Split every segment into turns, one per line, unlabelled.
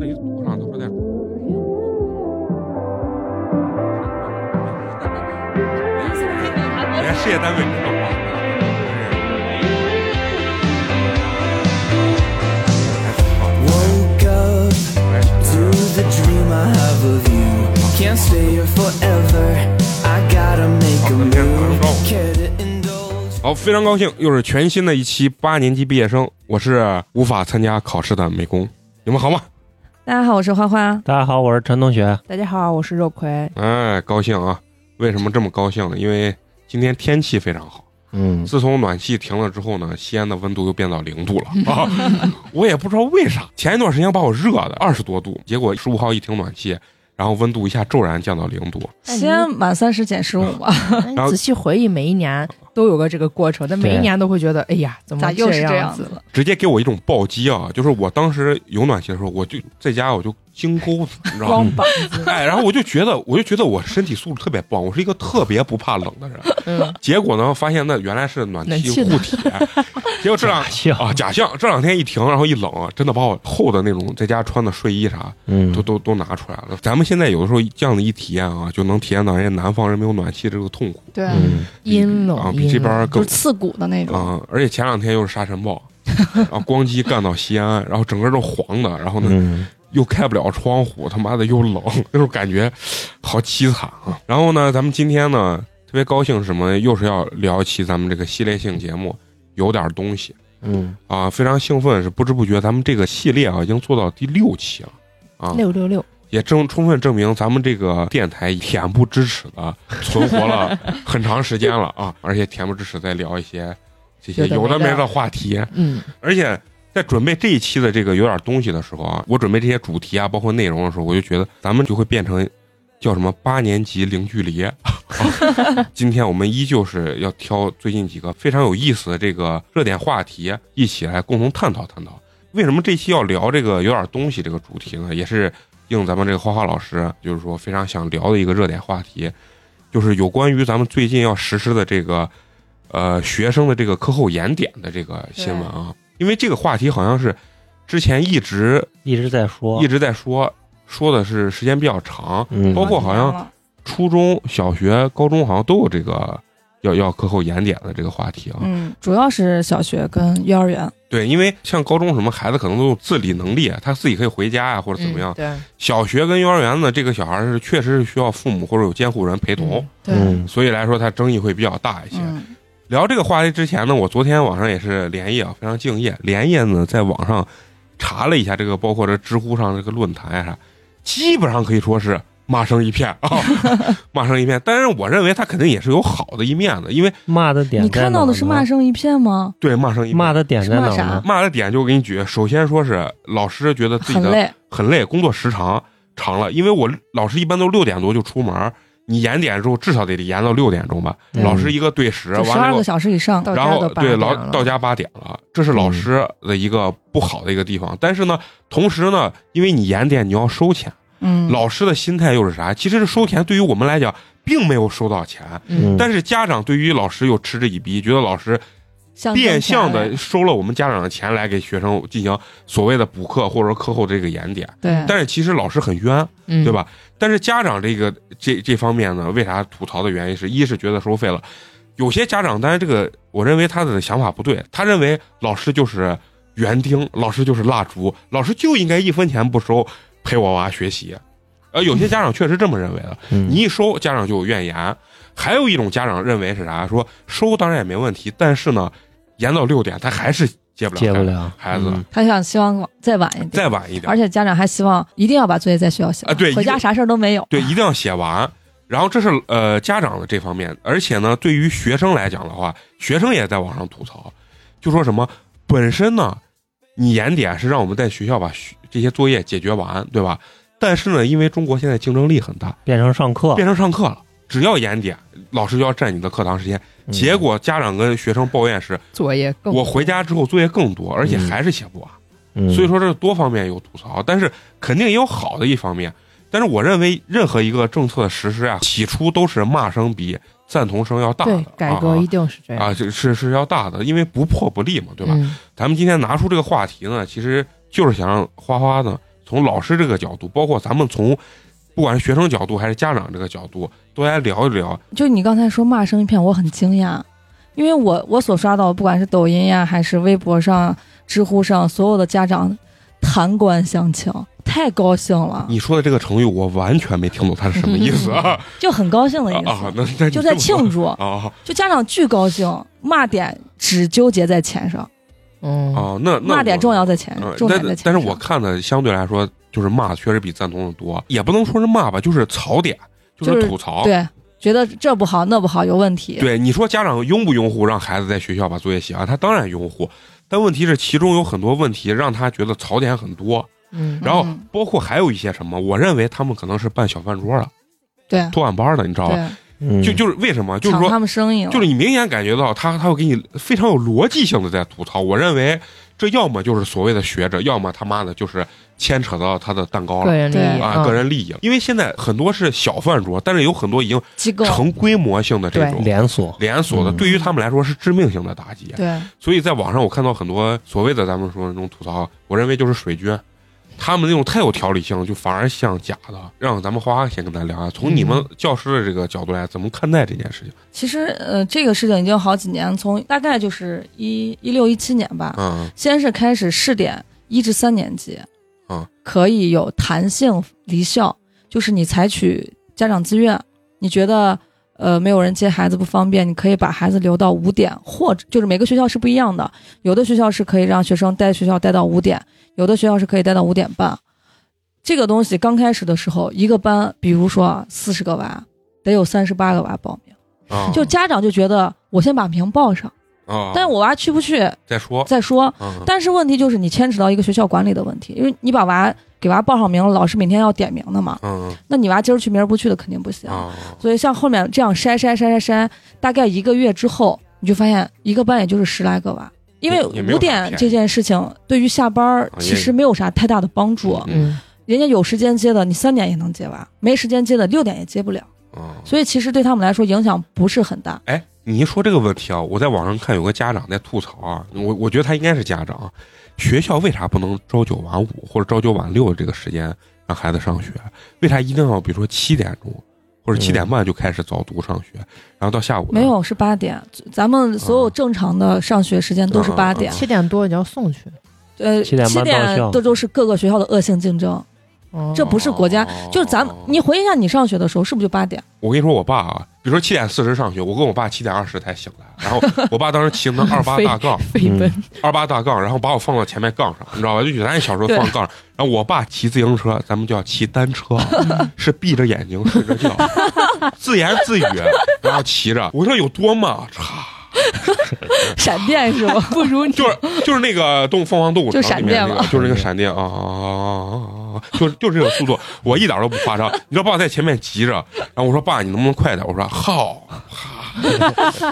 哎，多少都是在。人家哎事业单位啊知道吗？
Woke up to the dream I have of you. Can't stay here forever. I gotta make a move. Care to indulge?
好，非常高兴，又是全新的一期八年级毕业生。我是无法参加考试的美工，你们好吗？
大家好，我是花花。
大家好，我是陈同学。
大家好，我是肉葵。
哎，高兴啊！为什么这么高兴呢？因为今天天气非常好。
嗯，
自从暖气停了之后呢，西安的温度又变到零度了啊！ 我也不知道为啥，前一段时间把我热的二十多度，结果十五号一停暖气，然后温度一下骤然降到零度。
西安满哎三十减十五嘛，
那你仔细回忆，每一年都有个这个过程，但每一年都会觉得，哎呀，怎么
咋又是嗯这样
子？
了？
直接给我一种暴击啊！就是我当时有暖气的时候，我就在家我就金钩子，你知道吗？哎，然后我就觉得，我就觉得我身体素质特别棒，我是一个特别不怕冷的人。
嗯，
结果呢，发现那原来是暖气护体，结果这两
笑
啊假象，这两天一停，然后一冷，啊真的把我厚的那种在家穿的睡衣啥
嗯
都都都拿出来了。咱们现在有的时候这样的一体验啊，就能体验到人家南方人没有暖气这个痛苦
对，
嗯，
阴
啊，
冷，
比这边儿
就
更
是刺骨的那种。
啊、而且前两天又是沙尘 暴，然后光机干到西安，然后整个都黄的，然后呢、
嗯
又开不了窗户，他妈的又冷，那种感觉好凄惨啊。然后呢，咱们今天呢特别高兴，什么又是要聊一期咱们这个系列性节目，有点东西
嗯，
啊，非常兴奋，是不知不觉咱们这个系列啊已经做到第六期了啊，
六六六，
也正充分证明咱们这个电台恬不知耻的存活了很长时间了啊，而且恬不知耻在聊一些这些有
有
的
的
没
没的
的话题，
嗯，
而且在准备这一期的这个有点东西的时候啊，我准备这些主题啊，包括内容的时候，我就觉得咱们就会变成叫什么八年级零距离。啊今天我们依旧是要挑最近几个非常有意思的这个热点话题，一起来共同探讨探讨。为什么这期要聊这个有点东西这个主题呢？也是应咱们这个花花老师，就是说非常想聊的一个热点话题，就是有关于咱们最近要实施的这个，呃，学生的这个课后延点的这个新闻啊。因为这个话题好像是之前一直
一直在说
一，直在说，说的是时间比较长，
嗯，
包括好像初中小学、高中好像都有这个要要课后延点的这个话题啊。
嗯，主要是小学跟幼儿园。
对，因为像高中什么孩子可能都有自理能力，他自己可以回家啊或者怎么
嗯
样。
嗯对，
小学跟幼儿园呢，这个小孩是确实是需要父母或者有监护人陪同，
对，
嗯
所以来说他争议会比较大一些。
嗯，
聊这个话题之前呢，我昨天晚上也是连夜啊，非常敬业，连夜呢在网上查了一下这个，包括这知乎上这个论坛呀、啥，基本上可以说是骂声一片啊，骂声一片。但是我认为它肯定也是有好的一面的，因为
骂的点
你
在哪儿呢，
看到的是骂声一片吗？
对骂声一片
骂的点在哪儿
是骂
呢
啥？
骂的点就我给你举，首先说是老师觉得自己
很
的
累，
很累，工作时长长了，因为我老师一般都六点多就出门儿，你延点之后至少得延到六点钟吧，
嗯
老师一个对时，
就
完
十
了以
二
后
个小时以上。
到
然
家
后
都八
对
点
老
了嗯
到家八点了，这是老师的一个不好的一个地方。但是呢，同时呢，因为你延点你要收钱，
嗯，
老师的心态又是啥？其实是收钱对于我们来讲并没有收到钱，
嗯，
但是家长对于老师又嗤之以鼻，觉得老师
象征
变相
起来
的收了我们家长的钱来给学生进行所谓的补课或者说课后这个延点。
对，
但是其实老师很冤，
嗯
对？吧？但是家长这个这这方面呢，为啥吐槽的原因是一是觉得收费了，有些家长，当然这个我认为他的想法不对，他认为老师就是园丁，老师就是蜡烛，老师就应该一分钱不收陪我娃学习。呃，有些家长确实这么认为的，
嗯
你一收家长就有怨言。还有一种家长认为是啥？说收当然也没问题，但是呢，延到六点他还是接不了
戒不
孩子，
了
孩子
嗯
他想希望再晚一点，
再晚一点
而。且家长还希望一定要把作业在学校写完，
啊对
回
一
家
定
啥事儿都没有。
对，一定要写完。然后这是呃家长的这方面，而且呢，对于学生来讲的话，学生也在网上吐槽，就说什么本身呢，你延点是让我们在学校把学这些作业解决完，对吧？但是呢，因为中国现在竞争力很大，
变成上课，
变成上课了，只要延点，老师就要占你的课堂时间。
嗯
结果家长跟学生抱怨是，
作业更
我回家之后作业更多，而且还是写不完。
嗯
所以说这多方面有吐槽，但是肯定也有好的一方面。但是我认为任何一个政策的实施啊，起初都是骂声比赞同声要大的
对，改革一定是这
啊
样，
啊，这是是要大的，因为不破不立嘛，对吧？
嗯
咱们今天拿出这个话题呢，其实就是想让花花呢从老师这个角度，包括咱们从不管是学生角度还是家长这个角度，都来聊一聊。
就你刚才说骂声一片，我很惊讶，因为我我所刷到，不管是抖音呀，还是微博上、知乎上，所有的家长谈官相庆，太高兴了，
你说的这个成语，我完全没听懂它是什么意思啊？
就很高兴的意思，
啊，那那你
就在
这么说
庆祝，
啊
就家长巨高兴，骂点只纠结在钱上，
嗯，
啊，那那
骂点
我
重要在钱
嗯，
重点在
但
钱上。
但是我看的相对来说，就是骂的确实比赞同的多，也不能说是骂吧，就是槽点，就
就是是
吐槽。
对觉得这不好那不好有问题，
对你说家长拥不拥护让孩子在学校把作业写完？他当然拥护，但问题是其中有很多问题让他觉得槽点很多，
嗯
然后
嗯
包括还有一些什么，我认为他们可能是办小饭桌的、
对
托晚班的，你知道吧？
对，
嗯
就就是为什么？就是
抢
说
他们生意了，
就是你明显感觉到他他会给你非常有逻辑性的在吐槽。我认为这要么就是所谓的学者，要么他妈的就是牵扯到他的蛋糕
个
了。
人利益
对
啊，个人利益了，因为现在很多是小饭桌，但是有很多已经
机构
成规模性的这
对
种
连锁，
连锁的，
嗯
对于他们来说是致命性的打击。
对
所以在网上我看到很多所谓的咱们说那种吐槽，我认为就是水军，他们那种太有条理性，就反而像假的。让咱们花花先跟咱聊啊，从你们教师的这个角度来，怎么看待这件事情？
其实，呃，这个事情已经好几年，从大概就是一一六一七年吧，
嗯，
先是开始试点一至三年级，
嗯，
可以有弹性离校，就是你采取家长自愿，你觉得呃没有人接孩子不方便，你可以把孩子留到五点，或者就是每个学校是不一样的，有的学校是可以让学生待学校待到五点，有的学校是可以待到五点半。这个东西刚开始的时候，一个班，比如说啊，四十个娃，得有三十八个娃报名。
啊，
就家长就觉得我先把名报上，
啊，
但是我娃去不去
再说，
再说。
嗯，
但是问题就是你牵扯到一个学校管理的问题，因为你把娃给娃报上名了，老师每天要点名的嘛，
嗯
那你娃今儿去明儿不去的肯定不行。
啊，
所以像后面这样筛筛筛筛筛，大概一个月之后，你就发现一个班也就是十来个娃，因为
也也没有啥
五点
骗
这件事情对于下班儿
啊也
其实没有啥太大的帮助，
嗯
人家有时间接的，你三点也能接娃，没时间接的六点也接不了，
啊，
所以其实对他们来说影响不是很大。
哎，你一说这个问题啊，我在网上看有个家长在吐槽啊，我我觉得他应该是家长，啊学校为啥不能朝九晚五或者朝九晚六这个时间让孩子上学？为啥一定要比如说七点钟或者七点半就开始早读上学，然后到下午呢
没？有，是八点。咱们所有正常的上学时间都是
嗯
八点。
七点多你要送去，
呃，
七点半到校
这都是各个学校的恶性竞争。
哦
这不是国家
哦
就是咱们，你回忆一下你上学的时候是不是就八点？
我跟你说，我爸啊，比如说七点四十上学，我跟我爸七点二十才醒来，然后我爸当时骑那二 八大杠，
飞奔
二八大杠，然后把我放到前面杠上，你知道吧？就咱小时候放杠上，然后我爸骑自行车，咱们叫骑单车，啊是闭着眼睛睡着觉，自言自语，然后骑着。我说有多啊慢？嚓，
闪电是吧？
不如你
就是就是那个动凤凰动物
就
城里
闪
面
电
那个，就是那个闪电啊啊啊啊啊！就是就是这种速度，我一点都不夸张。你知道爸在前面急着，然后我说爸，你能不能快点？我说好，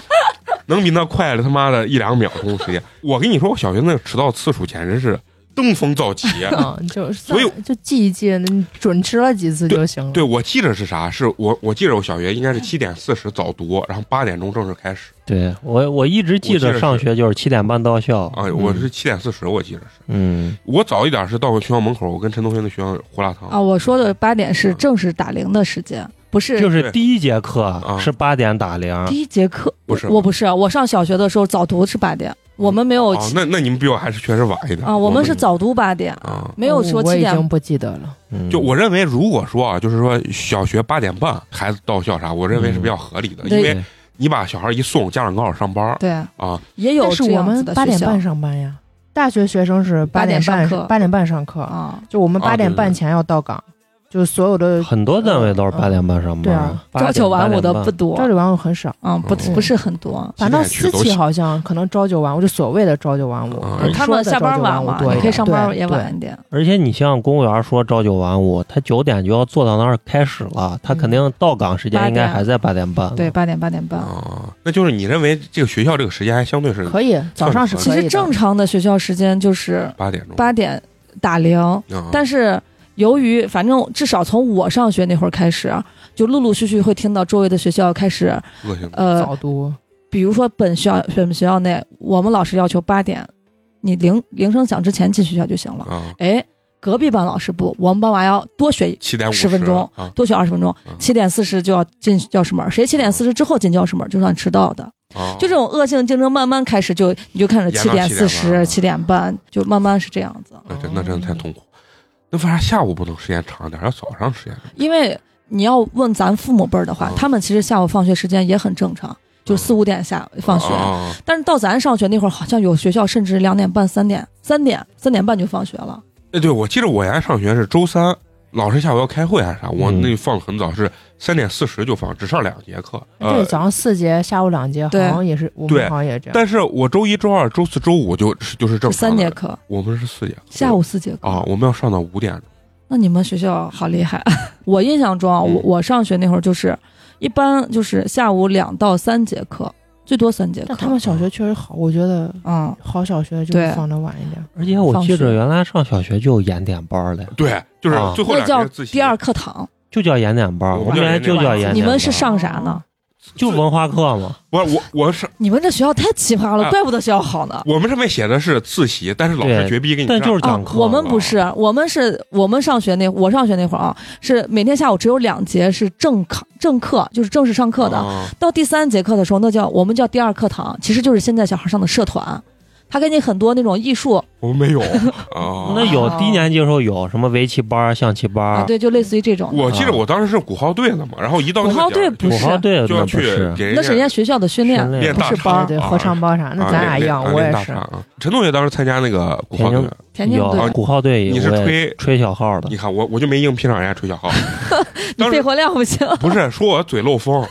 能比那快了他妈的一两秒钟时间。我跟你说，我小学那个迟到次数简直是登峰造极。
啊，就是
嗯所以
就记一记，你准迟了几次就行了。
对，我记着是啥？是我我记着我小学应该是七点四十早读，然后八点钟正式开始。
对我我一直记
我记得是
着上学就是七点半到校
啊，我
嗯
是七点四十，我记着是。
嗯
我早一点是到学校门口，我跟陈同学那学校胡辣汤
啊，我说的八点是正式打铃的时间，不
嗯就
对
是
啊
是第一节课是八点打铃，
第一节课。
不是
我不是，我上小学的时候早读是八点，我们没有
哦，那那你们比我还是确实晚一点
啊，我们是早读八点，
啊。
没有说
哦我
七
已经
点。
不记得了。
嗯
就我认为，如果说啊，就是说小学八点半孩子到校啥，我认为是比较合理的，
嗯
因
对
为你把小孩一送，家长刚好上班儿
对，
啊，
也有
但是
这
我
样子
们
的
八
学
点
校
半上班呀，大学学生是
八
八
点
点半
上课
八点半上课，
啊，
就我们
啊
八
对
点
对
半
对
前要到岗。就是所有的
很多单位都是八点半上
对
班
啊
啊，
朝九晚五的不
不
多
朝，九晚五很少，
嗯，不
嗯
不是很多。
反倒
几点
私
去都
企
行
好像可能朝九晚五，就所谓的朝九晚五
嗯，
你
他
说
们
的
下班
朝九
晚
晚
嘛
五多，一
你可以
点
上班也。
对对
晚一点。
而且你像公务员说朝九晚五，他九点就要坐到那儿开始了，他肯定到岗时间应该还在八点
嗯
半。
对，，八点八点半。
啊，那就是你认为这个学校这个时间还相对是
可以，早上是
其
其
可以
实
的
正常的学校时间就是
八点钟，
八点打铃，
啊，
但
是
是由于反正至少从我上学那会儿开始啊，就陆陆续续会听到周围的学校开始，
恶性的
呃，
早读，
比如说本学校本学校内，我们老师要求八点，你铃铃声响之前进学校就行了。
啊，
哎，隔壁班老师不，我们班娃要多学
七点五
10分钟
啊
多学二十分钟
嗯，
七点四十就要进教室门儿，谁七点四十之后进教室门儿就算迟到的。
啊，
就这种恶性竞争慢慢开始就，你就看着
延
七
到
点四
7:40
十、七点半，就慢慢是这样子。
那真那真的太痛苦。那为啥下午不能时间长一点，要早上时间长？
因为你要问咱父母辈儿的话
嗯，
他们其实下午放学时间也很正常，就四五点下放学。
啊啊
但是到咱上学那会儿，好像有学校甚至两点半、三点、三点、三点半就放学了。
哎，对，我记得我原来上学是周三，老师下午要开会还是啥，我
嗯
那放很早，是三点四十就放，只上两节课。
哎
对，
呃，
早上四节，下午两节，好
对
像也是我
对
们好像也这样。
但是我周一、周二、周四周五就是就是正
就
常
三
的
节，课，
我们是四节课，
下午四节课。
啊，我们要上到五点。
那你们学校好厉害！ 我印象中啊，我
嗯
我上学那会儿就是，一般就是下午两到三节课，最多三节
但
课。
他们小学确实好，我觉得
嗯，
好小学就是
对
放的晚一点。
而且我记
放
着
学
原来上小学就有延点班嘞，
对，就是
啊
最后
那
两
叫
节自习。
第二课堂。
就叫延点班，
我
我
们
们
叫
原来
延
就
点班
叫延点班。
你们是上啥
哦
呢？
就文化课嘛？
我我我是
你们这学校太奇葩
啊
了，怪不得学校好呢。
我们上面写的是自习，但是老师
对
绝逼给你上。
但 就是讲课
啊。我们不是，我们是我们上学那我上学那会儿啊，是每天下午只有两节是正课，正课就是正式上课的。
啊
到第三节课的时候，那叫我们叫第二课堂，其实就是现在小孩上的社团。他给你很多那种艺术
我们没 有啊。
那有
哦
低年级的时候有什么围棋班、象棋
啊，
班、
对，就类似于这种的。
我记得我当时是鼓号队的嘛，然后一到那
鼓
个
号队
点儿
不
土
是
豪队，
啊就要
那
去
不是。
给
那是人家
家
学校的训练
训，练
练
不
大
是班
唱
儿
对，
啊
合唱班啥，那咱俩一样，我也是。
陈同学当时参加那个鼓号
田
队
径，
田径
啊
队
有，鼓号队，
你是
我也
吹
吹小号的
你，看我我就没硬拼上人家吹小 号，
你
当
肺
时
活量 不行。
不是说我嘴漏 风，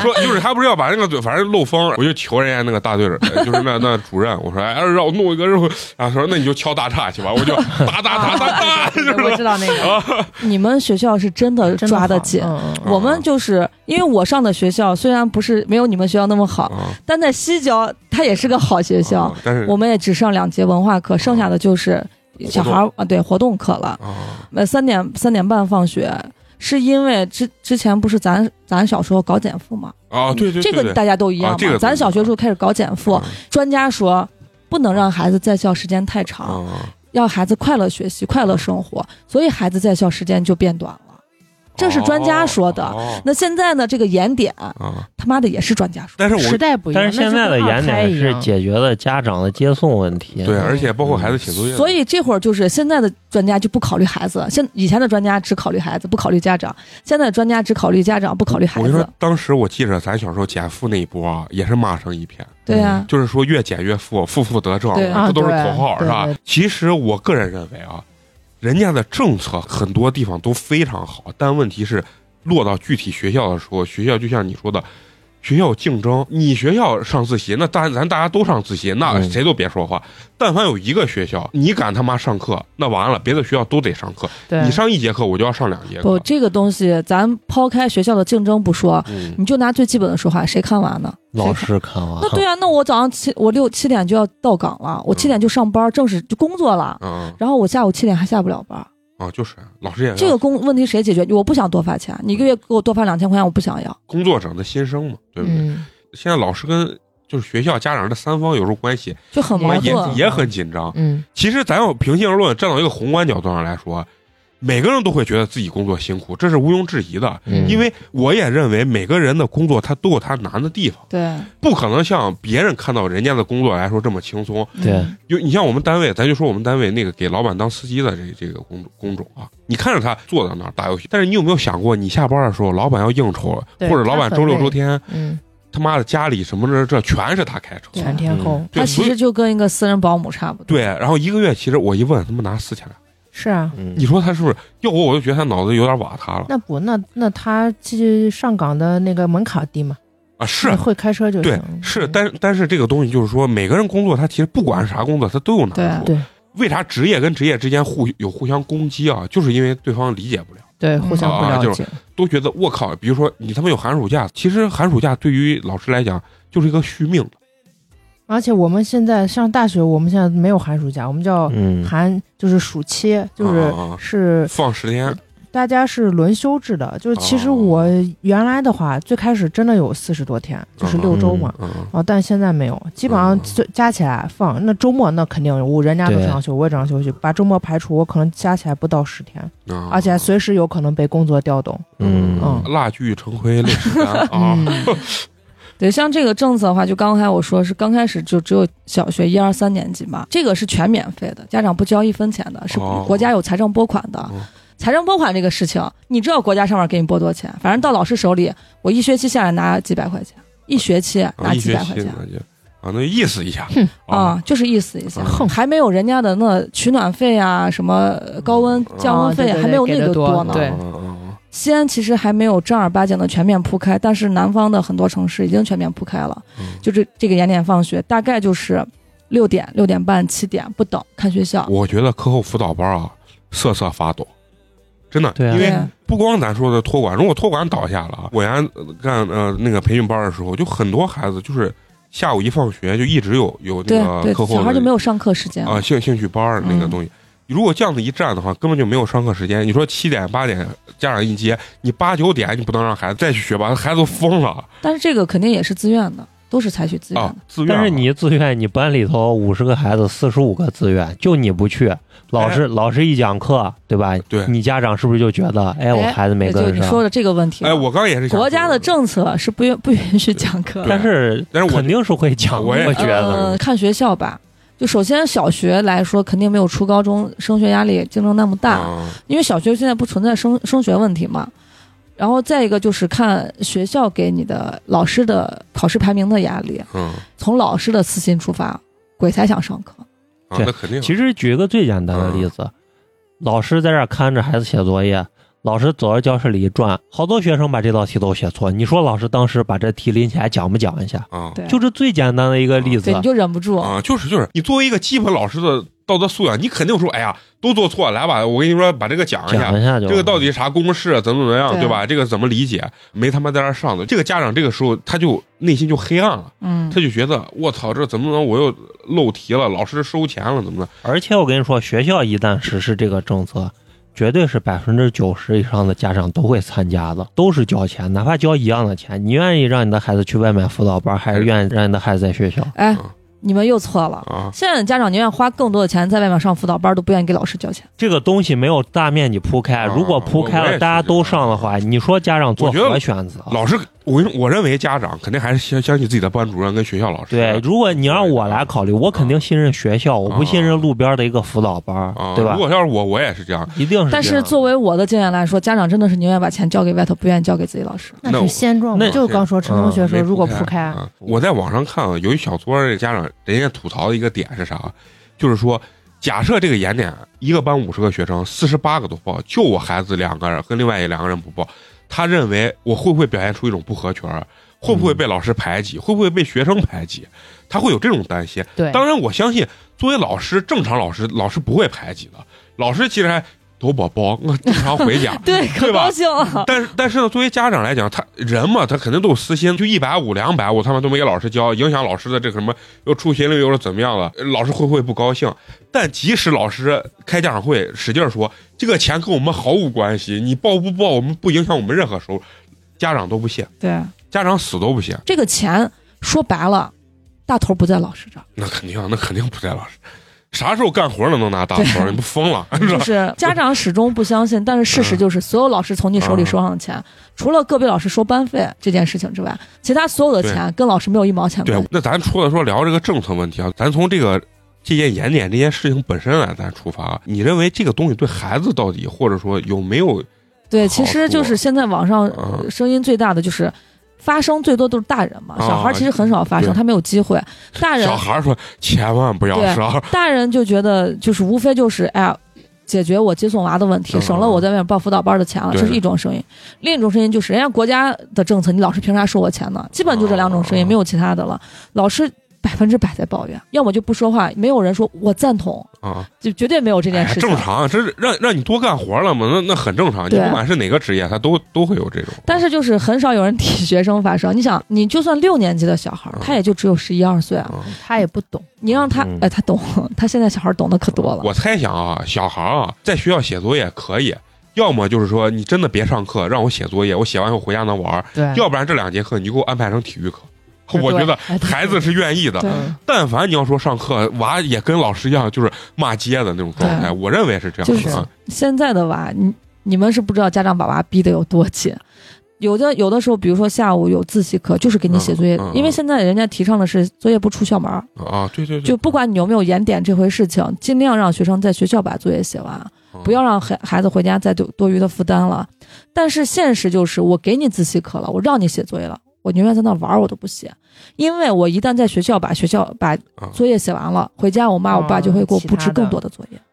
说就是他不是要把那个嘴反正漏风，我就求人家那个大队长，就是那那主任，我说哎让我弄一个肉，然后说那你就敲大叉去吧，我就哒哒哒哒
啊
哒，就
对我知
是
道那个
你们学校是真的
真
抓得
好
紧，
嗯嗯
我们就是因为我上的学校虽然不是没有你们学校那么好，
啊
但在西郊它也是个好学校。
啊但是哦
我们也只上两节文化课，剩下的就是小孩儿啊，对活动课了。
啊
呃，三点三点半放学，是因为之之前不是咱咱小时候搞减负嘛？
啊对对
这个大家都一
啊
样
嗯
嘛。
这个
咱小学时候开始搞减负，专家说不能让孩子在校时间太长，
啊，
要孩子快乐学习、快乐生活，所以孩子在校时间就变短了。这是专家说的
哦
那现在呢？这个延点，
啊，
他妈的也是专家说的。
但是
时
我
代不一样。
但是现在的
那
延
就跟二胎
点
一
是
样
解决了家长的接送问题。
对，啊而且包括孩子写作业，
啊所以这会儿就是现在的专家就不考虑孩子，现以前的专家只考虑孩子，不考虑家长；现在的专家只考虑家长，不考虑孩
我就说
子。，
当时我记着咱小时候减负那一波啊，也是骂声一片，
对呀、
就是说越减越富，负负得正，
对
这都是口号
啊
是
对
吧
对对？
其实我个人认为啊，人家的政策很多地方都非常好，但问题是落到具体学校的时候，学校就像你说的。学校有竞争，你学校上自习，那当然咱大家都上自习，那
嗯
谁都别说话。但凡有一个学校你敢他妈上课，那完了，别的学校都得上课。
对
你上一节课，我就要上两节
不，
课。
这个东西咱抛开学校的竞争不说，
嗯，
你就拿最基本的说话，谁看完呢？
老师看完，
那对啊，那我早上七我六七点就要到岗了，我七点就上班，正式就工作了，
啊
然后我下午七点还下不了班，
啊，就是老师也
这个工问题谁解决？我不想多发钱，你一个月给我多发两千块钱，我不想要。
工作者的心声嘛，对不对？
嗯，
现在老师跟就是学校、家长这三方有时候关系
就很矛
哎
也
盾，
也很紧张。
嗯，
其实咱要平心而论，站到一个宏观角度上来说，每个人都会觉得自己工作辛苦，这是毋庸置疑的。
嗯
因为我也认为每个人的工作他都有他难的地方，
对
不可能像别人看到人家的工作来说这么轻松。
对
就你像我们单位，咱就说我们单位那个给老板当司机的这这个工工种啊，你看着他坐在那儿打游戏，但是你有没有想过，你下班的时候，老板要应酬，或
对
者老板周六周天
嗯，
他妈的家里什么这这全是他开车，
全天候
嗯对
他
所
其
以
实就跟一个私人保姆差不多。
对，然后一个月其实我一问，他妈拿四千来，
是啊，
嗯
你，说他是不是？要我我就觉得他脑子有点瓦塌了
那不那那他去上岗的那个门槛低嘛，
啊！是
那会开车就
对
行，嗯
是，但但是这个东西就是说，每个人工作他其实不管是啥工作，他都有难处。
对对
为啥职业跟职业之间互有互相攻击啊？就是因为对方理解不了，
对互相不
啊就
了
是
解，
都觉得我靠，比如说你他妈有寒暑假，其实寒暑假对于老师来讲就是一个续命。
而且我们现在上大学，我们现在没有寒暑假，我们叫
嗯，
寒，就是暑期，就是
啊啊啊
是
放十天，
大家是轮休制的，就是其实
哦
我原来的话，最开始真的有四十多天，就是六周嘛。
嗯，
哦，但现在没有，基本上
嗯
就加起来放。那周末那肯定有，我人家都
对
正常休，我也正常休息。把周末排除，我可能加起来不到十天，
啊
而且还随时有可能被工作调动。
嗯
嗯
蜡炬成灰泪始干啊，
对，像这个政策的话，就刚才我说是刚开始就只有小学一二三年级嘛，这个是全免费的，家长不交一分钱的，是
哦
国家有财政拨款的。
哦
财政拨款这个事情，你知道国家上面给你拨多少钱？反正到老师手里，我一学期下来拿几百块钱，一学期
啊
拿
一
几
学
百块
期
钱。
那就啊，那就意思一下
哼
啊、就是意思一下，
哼
还没有人家的那取暖费啊，什么高温降温费、啊
哦对对对
还没有那
给
个
得多
呢。
对
啊啊啊
西安其实还没有正儿八经的全面铺开，但是南方的很多城市已经全面铺开了，
嗯
就是这个延点放学大概就是六点、六点半、七点不等，看学校。
我觉得课后辅导班啊，瑟瑟发抖，真的，
对啊
因为
对
不光咱说的托管，如果托管倒下了啊，我原来呃干呃那个培训班的时候，就很多孩子就是下午一放学就一直有有
对
那个
对
课，后
小孩
的
就没有嗯上课时间了
啊兴兴趣班儿那个东西。如果这样子一站的话，根本就没有上课时间。你说七点八点家长一接，你八九点你不能让孩子再去学吧，孩子都疯了
但是这个肯定也是自愿的，都是采取自愿的。
啊！自愿啊。
但是你自愿，你班里头五十个孩子，四十五个自愿，就你不去，老
哎
师老师一讲课，对吧？
对
你家长是不是就觉得，哎，我孩子没
这就
跟
你说
上？
的这个问题了，
哎，我刚也是想
啊国家
说
的政策是不允不允许讲课的。
但是
但是我
肯定是会讲，
我也
觉得
嗯，看学校吧。就首先小学来说，肯定没有初高中升学压力竞争那么大，
啊
因为小学现在不存在升升学问题嘛。然后再一个就是看学校给你的老师的考试排名的压力，
嗯，
从老师的私心出发，鬼才想上课。
啊
哦对
那肯定
嗯
其实举一个最简单的例
嗯
子，老师在这儿看着孩子写作业，老师走到教室里一转，好多学生把这道题都写错。你说老师当时把这题拎起来讲不讲一下？
啊
对，
就这最简单的一个例子
对，你，就忍不住。
啊，就是就是，你作为一个基本老师的道德素养，你肯定说，哎呀，都做错了，来吧，我跟你说，把这个讲一下
讲。一下嗯就
这个到底是啥公式，怎么怎么样，
对
对吧？这个怎么理解？没他妈在那儿上的，这个家长这个时候他就内心就黑暗了，
嗯
他，就觉得我操，这怎么能我又漏题了？老师收钱了，怎么的？
而且我跟你说，学校一旦实施这个政策，绝对是百分之九十以上的家长都会参加的，都是交钱，哪怕交一样的钱，你愿意让你的孩子去外面辅导班，还是愿意让你的孩子在学校？
哎
啊，
你们又错
嗯
了。
啊？
现在的家长宁愿花更多的钱在外面上辅导班，都不愿意给老师交钱。
这个东西没有大面积铺开，
啊
如果铺开
我我也
了，
是
大家都上的话，你说家长做
我觉得
何选择？
啊老师，我跟我认为家长肯定还是相相信自己的班主任跟学校老师
对，
的。
如果你让我来考虑，我肯定信任学校，我不信任路边的一个辅导班，
啊，
对吧
如？果要是我，我也是这样。
一定是这样。
但是作为我的经验来说，家长真的是宁愿把钱交给外头，不愿意交给自己老师。
那
那
我
是现状嘛，
那
就刚说陈同学说，
没
如果铺开，
啊，我在网上看啊，有一小撮儿的家长，人家吐槽的一个点是啥？就是说，假设这个延点一个班五十个学生，四十八个都报，就我孩子两个人跟另外一两个人不报，他认为我会不会表现出一种不合群儿？会不会被老师排挤？会不会被学生排挤？他会有这种担心。
对，
当然，我相信作为老师，正常老师老师不会排挤的。老师其实还都宝宝，我经常回家，
对，
对
可
吧嗯
高兴了。
但是但是呢，作为家长来讲，他人嘛，他肯定都有私心，就一百五两百，我他妈都没给老师交，影响老师的这个什么又出勤率又是怎么样了，呃老师会不会不高兴？但即使老师开家长会使劲儿说这个钱跟我们毫无关系，你报不报我们不影响我们任何收入，家长都不信，
对，
家长死都不信，
这个钱说白了，大头不在老师这儿，
那肯定那肯定不在老师，啥时候干活了能拿大头？
对
你不疯了？
就是家长始终不相信，但是事实就是，所有老师从你手里收上的钱，除了个别老师收班费这件事情之外，其他所有的钱跟老师没有一毛钱关
对
系。，
那咱除了说聊这个政策问题啊，咱从这个这件延点这件事情本身来咱出发，啊你认为这个东西对孩子到底或者说有没有
对，其实就是现在网上
啊
呃声音最大的就是。发声最多都是大人嘛，
啊
小孩其实很少发声，
对
他没有机会。大人
小孩说千万不要
对
上
大人就觉得就是无非就是哎呀，解决我接送娃的问题，
嗯
省了我在外面报辅导班的钱了，
对
这是一种声音。另一种声音就是，人家国家的政策，你老师凭啥收我钱呢？基本就这两种声音，
哦
没有其他的了。老师百分之百在抱怨，要么就不说话，没有人说我赞同，
啊，
就绝对没有这件
哎
事情。
正常，这是让让你多干活了嘛，那那很正常。你
对
不管是哪个职业，他都都会有这种。嗯
但是就是很少有人替学生发声。你想，你就算六年级的小孩儿
嗯，
他也就只有十一二岁啊，
啊，
他也不懂，
你让他
嗯，
哎，他懂，他现在小孩儿懂得可多了。
我猜想啊，小孩啊，在学校写作业可以，要么就是说你真的别上课，让我写作业，我写完以后回家能玩儿；
哎
对，
要不然这两节课你就给我安排成体育课。
对
我觉得
哎对
孩子是愿意的，
对
但凡你要说上课，娃也跟老师一样，就是骂街的那种状态。
对
我认为是这样的。
就是
啊
现在的娃，你你们是不知道家长把娃逼得有多紧。有的有的时候，比如说下午有自习课，就是给你写作业，
嗯嗯嗯
因为现在人家提倡的是作业不出校门儿，
啊，对对对，
就不管你有没有严点这回事情，尽量让学生在学校把作业写完，
嗯
不要让孩孩子回家再多多余的负担了。但是现实就是，我给你自习课了，我让你写作业了，我宁愿在那玩儿，我都不写，因为我一旦在学校把学校把
啊
作业写完了，回家我妈我爸就会给我
嗯
布置
其他的
更多的作业。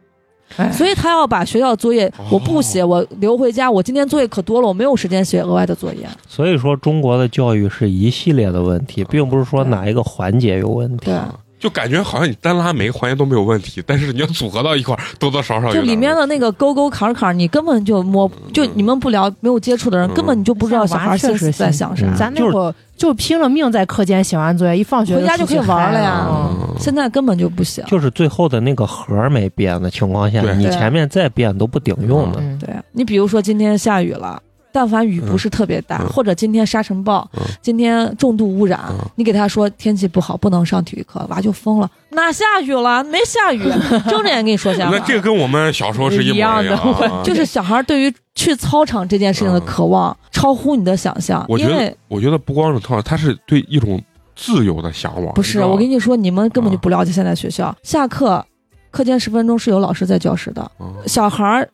哎
所以他要把学校作业
哦
我不写，我留回家。我今天作业可多了，我没有时间写额外的作业。
所以说，中国的教育是一系列的问题，并不是说哪一个环节有问题。
对，
就感觉好像你单拉每个环节都没有问题，但是你要组合到一块儿，多多少少有
就
点
里面的
问题
那个沟沟坎坎，你根本就摸，就你们不聊，没有接触的人
嗯
根本你就不知道小孩心思在想
嗯
啥。
咱那会儿就拼了命在课间写完作业，一放学
回家就
出去
可以玩了呀
嗨嗯
嗯
现在根本就不写，
就是最后的那个核儿没变的情况下，
对
你
对
前面再变都不顶用的。
嗯
对你比如说今天下雨了。但凡雨不是特别大，
嗯嗯
或者今天沙尘暴，
嗯
今天重度污染，
嗯
你给他说天气不好，不能上体育课，娃就疯了。哪下雨了？没 下雨，睁着眼跟你说瞎话。
那这个跟我们小时候是一模样
一样的
啊嗯
就是小孩对于去操场这件事情的渴望，超乎你的想象。
我觉
因
得
为，
我觉得不光是特，他是对一种自由的向往。
不
你知
是
道嗯吗
我跟你说，你们根本就不了解现在学校。下课，课间十分钟是有老师在教室的。
嗯
小孩儿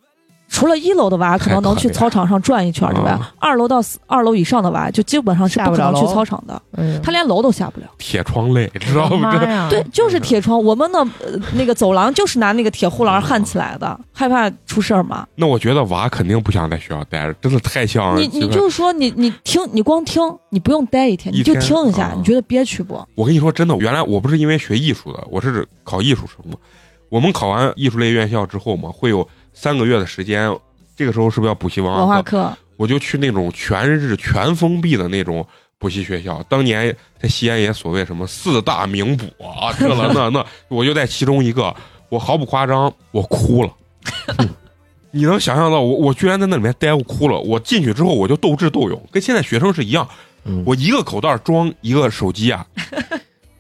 除了一楼的娃可能能去
太可怜了
操场上转一圈之外
嗯，
二楼到四二楼以上的娃就基本上是不可能去操场的，
嗯，
他连楼都下不了。
铁窗泪，知道吗？
妈
这
呀，
对，就是铁窗，我们的、呃那个走廊就是拿那个铁护栏焊起来的，
嗯
害怕出事儿嘛。
那我觉得娃肯定不想在学校待着，真的太像
你你就说你你听，你光听，你不用待一天，
一
你就
天
听一下，
嗯
你觉得憋屈不？
我跟你说真的，原来我不是因为学艺术的，我是考艺术生嘛。我们考完艺术类院校之后嘛，会有三个月的时间，这个时候是不是要补习文
文
化
化
课？
课，
我就去那种全日全封闭的那种补习学校。当年在西安也所谓什么四大名捕啊，这了那那，我就在其中一个，我毫不夸张，我哭了。 你能想象到我，我居然在那里面待，我哭了。我进去之后，我就斗智斗勇，跟现在学生是一样。
嗯
我一个口袋装一个手机啊，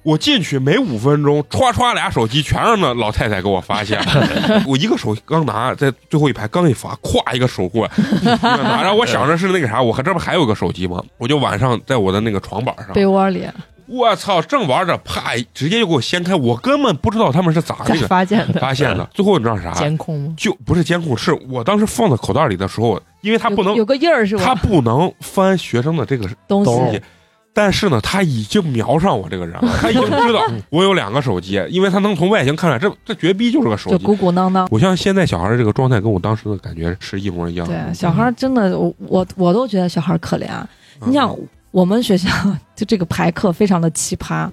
我进去没五分钟，歘歘俩手机全让那老太太给我发现了。 我一个手刚拿，在最后一排刚一发，咵一个手过来， 然后我想着是那个啥，我还这不还有个手机吗？我就晚上在我的那个床板上，
被窝里，
我操，正玩着，啪，直接就给我掀开，我根本不知道他们是咋
咋
那个
发现的？
发现啊 的。最后你知道啥？
监控吗？
就不是监控，是我当时放在口袋里的时候，因为他不能
有，个印儿是
他
吧？哦
不能翻学生的这个
东
东西
西，。
但是呢，他已经瞄上我这个人 了，他已经知道我有两个手机，因为他能从外形看出来，这这绝逼就是个手
就
机。
鼓鼓囊囊。
我像现在小孩的这个状态，跟我当时的感觉是一模一样的。
对，小孩儿真的，我我我都觉得小孩儿可怜。
嗯
你想，我们学校就这个排课非常的奇葩。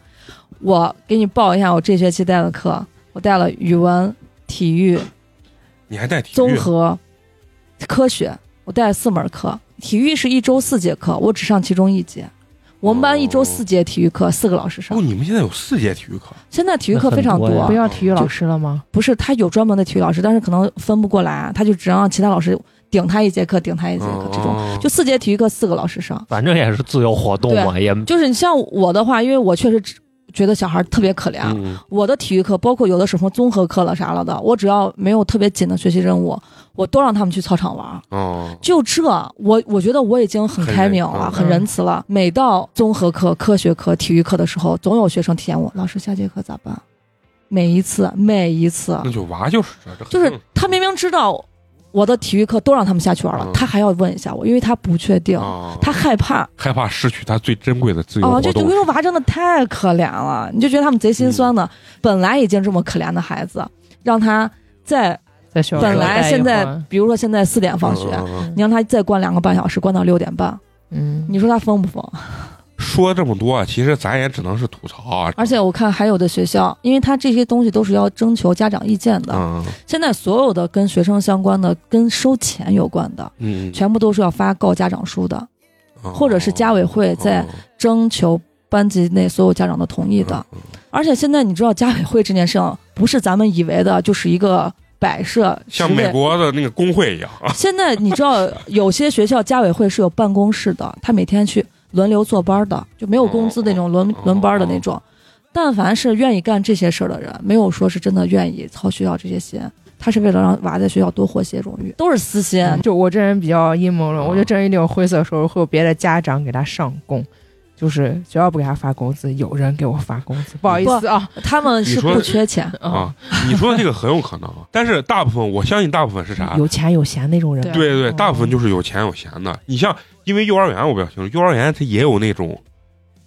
我给你报一下我这学期带的课，我带了语文、体育、
你还带体育
综合、科学，我带了四门课。体育是一周四节课，我只上其中一节。我们班一周四节体育课，四个老师上
哦，。你们现在有四节体育课，
现在体育课非常
那很多呀
不要体育老师了吗？
不是他有专门的体育老师，但是可能分不过来，啊他就只能让其他老师顶他一节课，顶他一节课这种。
哦
就四节体育课四个老师上，
反正也是自由活动嘛，
嗯
也
就是你像我的话，因为我确实只觉得小孩特别可怜，啊
嗯
我的体育课包括有的什么综合课了啥了的，我只要没有特别紧的学习任务，我都让他们去操场玩儿。
哦，
就这，我我觉得我已经很开明了，
很
很
仁慈嗯
仁慈了。每到综合课、科学课、体育课的时候，总有学生提问我：“老师，下节课咋办？”每一次，每一次，
那就娃就是这，这很
啊就是
正
他明明知道我的体育课都让他们下去玩了，
嗯
他还要问一下我，因为他不确定，
常
他害怕
哦害怕失去他最珍贵的自由
啊。
活
就
动嗯
我跟你说，娃真的太可怜了，你就觉得他们贼心酸的，本来已经这么可怜的孩子，让他再
在学校
本来
待一
现
会
在
儿，
比如说现在四点放学，
嗯嗯嗯
你让他再关两个半小时，关到六点半，
嗯，
你说他疯不疯？
说这么多啊，其实咱也只能是吐槽啊。
而且我看还有的学校，因为他这些东西都是要征求家长意见的，
嗯，
现在所有的跟学生相关的、跟收钱有关的，
嗯嗯，
全部都是要发告家长书的，
嗯哦
或者是家委会在征求班级内所有家长的同意的。，
嗯嗯嗯
而且现在你知道家委会这件事情，不是咱们以为的，就是一个摆设。
像
职位
美国的那个工会一样啊。
现在你知道，有些学校家委会是有办公室的，他每天去轮流坐班的，就没有工资那种轮
哦
轮班的那种。但凡是愿意干这些事儿的人，没有说是真的愿意操学校这些心，他是为了让娃在学校多获些荣誉，都是私心。
嗯
就我这人比较阴谋论，我觉得这人一定有灰色收入，会有别的家长给他上供。就是学校不给他发工资，有人给我发工资，不好嗯意思啊
他们是
你说
不缺钱，
啊，你说的这个很有可能 啊，但是大部分我相信大部分是啥？
有钱有闲那种人，
对对，
嗯
大部分就是有钱有闲的。你像，因为幼儿园我比较清楚，幼儿园它也有那种，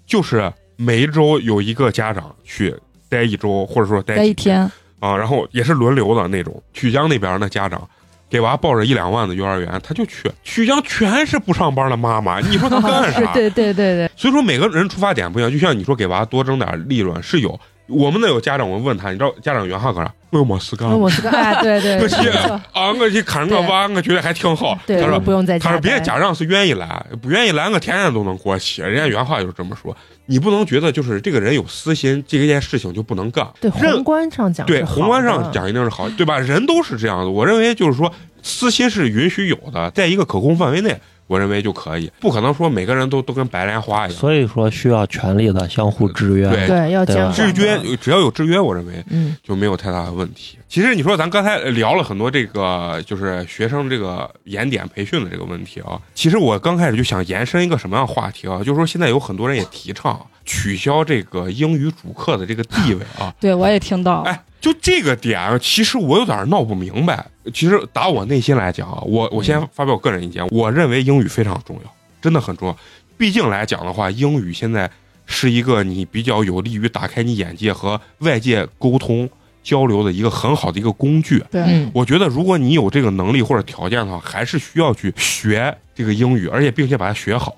就是每一周有一个家长去待一周，或者说待
在
几
一天
啊，然后也是轮流的那种。曲江那边的家长给娃报着一两万的幼儿园，他就去。曲江全是不上班的妈妈，你说 他干啥？
对对对对，
所以说每个人出发点不一样，就像你说给娃多挣点利润是有。我们那有家长，我问他，你知道家长原话干啥？为么事干
那？我是个哎，对对，
嗯不
对
是啊，我去砍个娃，我觉得还挺好。
对，
他
我
说
不用再
他说：“别的
加
家长是愿意来，不愿意来，我天天都能过去。人家原话就是这么说，你不能觉得就是这个人有私心，这件事情就不能干。
对
任
宏观上讲，
对宏观
嗯
上，讲一定是好，对吧？人都是这样的。我认为就是说，私心是允许有的，在一个可控范围内，我认为就可以，不可能说每个人都都跟白莲花一样。
所以说需要权力的相互制约。
对
对要
对
监
啊，
吧
管
制
的
约只要有制约，我认为
嗯，
就没有太大的问题。其实你说咱刚才聊了很多这个就是学生这个延点培训的这个问题啊，其实我刚开始就想延伸一个什么样的话题啊，就是说现在有很多人也提倡取消这个英语主课的这个地位啊
对我也听到，
哎。就这个点，其实我有点闹不明白。其实打我内心来讲啊，我我先发表我个人意见，我认为英语非常重要，真的很重要。毕竟来讲的话，英语现在是一个你比较有利于打开你眼界和外界沟通交流的一个很好的一个工具。
对，
嗯，
我觉得，如果你有这个能力或者条件的话，还是需要去学这个英语，而且并且把它学好。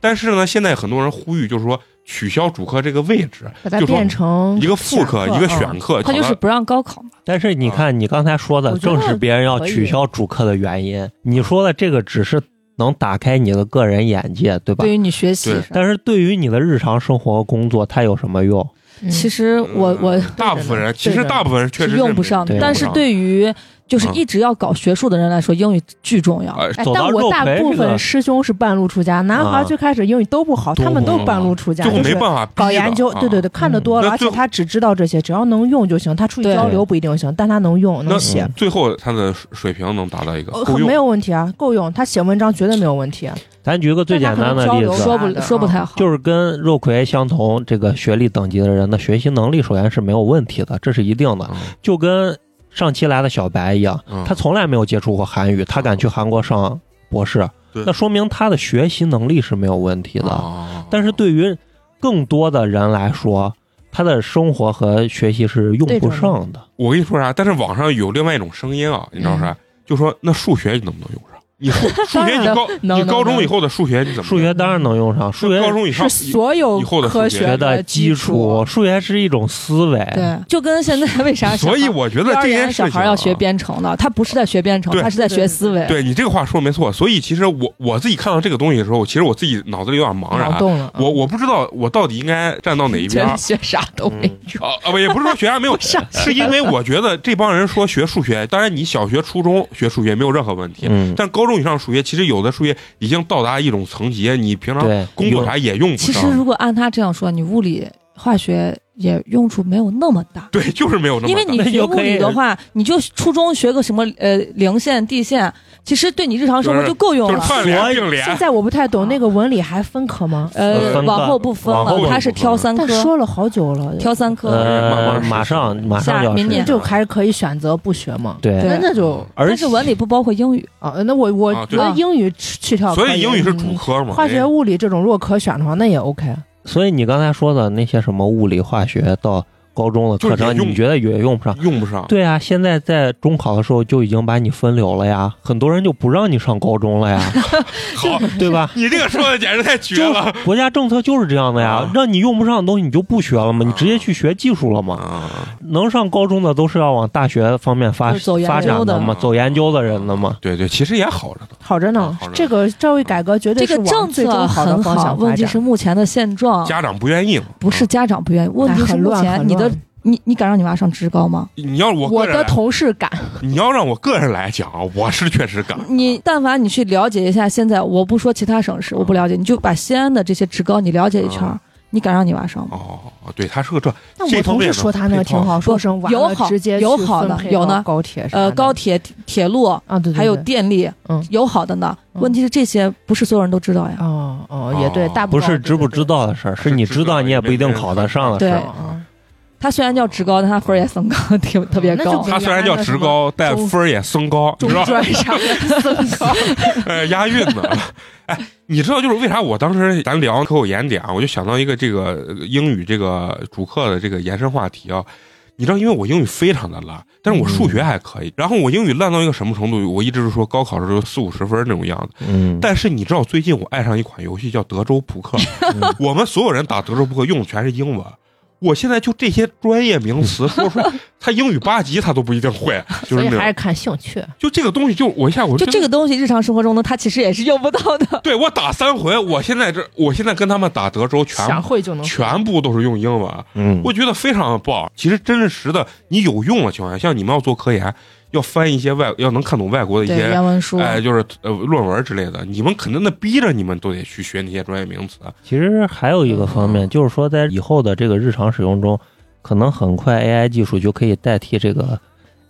但是呢，现在很多人呼吁，就是说取消主课这个位置，
把它
就说
变成
一个副
课，
课，一个
嗯
选课，
他
可
就
能
是不让高考嘛，
但是你看，你刚才说的
我觉得
正是别人要取消主课的原因。你说的这个只是能打开你的个人眼界，对吧
对？于你学习
对
上。
但是对于你的日常生活、工作，它有什么用？
嗯
其实我
嗯
我
大部分人其实
对的
大部分人确
是
实
用不上
没
的，
用嗯
但是对于就是一直要搞学术的人来说，英语巨重要。
哎啊
哎
走到
但
肉
我大
陪
部
这个
分师兄是半路出家，男
啊
孩最开始英语都不好，
都
他们
不
都
好
半路出家，
就
就
啊没
是
办法逼
搞
的
研究，
啊
对对对，看的多了，
那
而
最
且他只知道这些，只要能用就行，他出去
对
交流不一定行，但他能用
那
能写。
最后他的水平能达到一个
呃
够
很
用
没有问题啊，够用。他写文章绝对没有问题。啊
咱举个最简单的例
但它可能交流
子，啊
说
是
不
的
说不太好，
就是跟肉葵相同这个学历等级的人的学习能力，首先是没有问题的，这是一定的。
嗯
就跟上期来的小白一样，
嗯
他从来没有接触过韩语，他敢去韩国上博士
对，
那说明他的学习能力是没有问题的。
啊
但是对于更多的人来说，他的生活和学习是用不上的。
我跟你说啥？但是网上有另外一种声音啊，你知道
嗯
啥？就说那数学你能不能用上？你 数数学你高
能
你高
能
中
能
以后的数学你怎么
数学当然能用上，数学
高中以上
是所有
以后的
科
数学
学的基
基
础，。数学是一种思维。
对，就跟现在为啥小
所
孩
以我觉得
幼儿
这
园
件事情、
小
啊、
孩要学编程的，他不是在学编程
对，
他是在学思维。
对你这个话说没错。所以其实我我自己看到这个东西的时候，其实我自己脑子里有点茫
脑
然。啊
洞了，
我我不知道我到底应该站到哪一
觉
边
得
啊
学啥都没
嗯
啊！不也不是说学啥 没有，是因为我觉得这帮人说学数学，当然你小学、初中学数学没有任何问题，
嗯，
但高中以上数学其实有的数学已经到达一种层级，你平常
对，
工作啥也用不
其
上。
实如果按他这样说，你物理、化学也用处没有那么大。
对，就是没有那么
因为
大
你
那
学
就
物
可以
理的话，你就初中学个什么呃零线、地线，其实对你日常生活
就是
就够用
就是
了。
串联并联
啊现，在我不太
啊
懂那个文理还分科吗？
呃，
分
往
段
后不分
往后
了，
不
他是
分
挑
了
三
但
科，
说了好久了，
挑三科。
慢
呃，
慢试
马上马上
下
就要
明
是
年
就还是可以选择不学嘛。
对，
对
那那就
而
但是文理不包括英语，
啊，那我我
啊
觉
对
得英语去掉可，嗯
所以英语是主科嘛。
化学、
哎
物理这种如果可选的话，那也 OK。
所以你刚才说的那些什么物理、化学到高中的
就是
课
也
程，
用
你觉得也用不上。
用不上。
对啊，现在在中考的时候就已经把你分流了呀，很多人就不让你上高中了呀，
好，
对吧？
你这个说的简直太绝了
国家政策就是这样的呀
啊，
让你用不上的东西你就不学了嘛，你直接去学技术了嘛。
啊！
能上高中的都是要往大学方面发
就是走研究
发展
的
嘛，
啊
走研究的人的嘛。
对对，其实也好着呢。
好着呢
啊好着呢，
这个教育改革绝对
这
是
个
往
政
最
策
终好的
很
方
好，
向发
问题
展
是。目前的现状
家长不愿意嘛，
不是
啊
家长不愿意，问题
哎
是
很
目
乱
前
很
你的
乱
你你敢让你娃上职高吗？
你要是我
我
个人来，
的
啊
同事敢，
你要让我个人来讲，我是确实敢。
你但凡你去了解一下，现在我不说其他省市，我
啊
不了解，你就把西安的这些职高你了解一圈儿，你敢让你娃上吗？
哦，对，他是个这
那
这
我
方
同
面
事
呢
说他那个挺好，说声完
有
了
好
直接
有
去
好
分
的
配
有
到
呢
高铁啥
呃，
的
高铁、铁铁路
啊，对对
还有
对
电力
嗯，
有好的呢。
嗯
问题是这些不是所有人都知道呀。
哦哦也对，
哦
大部
不
分
是知不知道的事儿，是你知道你也不一定考得上的事
对
儿。
啊
哦
他虽然叫职高，但他分儿也很高， 挺特别
那就
高
比。
他虽然叫职高，但分儿也升高，你
中
知道
专啥的增高，
呃，押韵呢。 哎，你知道就是为啥我当时咱聊口口言点啊，我就想到一个这个呃英语这个主课的这个延伸话题啊。你知道，因为我英语非常的烂，但
嗯
是我数学还可以。然后我英语烂到一个什么程度？我一直是说高考的时候四五十分那种样子。
嗯，
但是你知道，最近我爱上一款游戏叫德州 扑克，
嗯
我们所有人打德州扑克用的全是英文。我现在就这些专业名 词说出来，他英语八级他都不一定会，就
所
是
以
那
还是
种，
看兴趣。
就这个东西，就我一下我
就
真
这个东西，日常生活中呢，他其实也是用不到的。
对我打三回，我现在这我现在跟他们打德州全
想会就能
全部都是用英文，
嗯，
我觉得非常棒。其实真实的，你有用的情况下，像你们要做科研，要翻一些外，要能看懂外国的一些。
文书
哎，就是呃论文之类的，你们肯定的逼着你们都得去学那些专业名词。啊
其实还有一个方
嗯
面，就是说在以后的这个日常使用中，可能很快 AI 技术就可以代替这个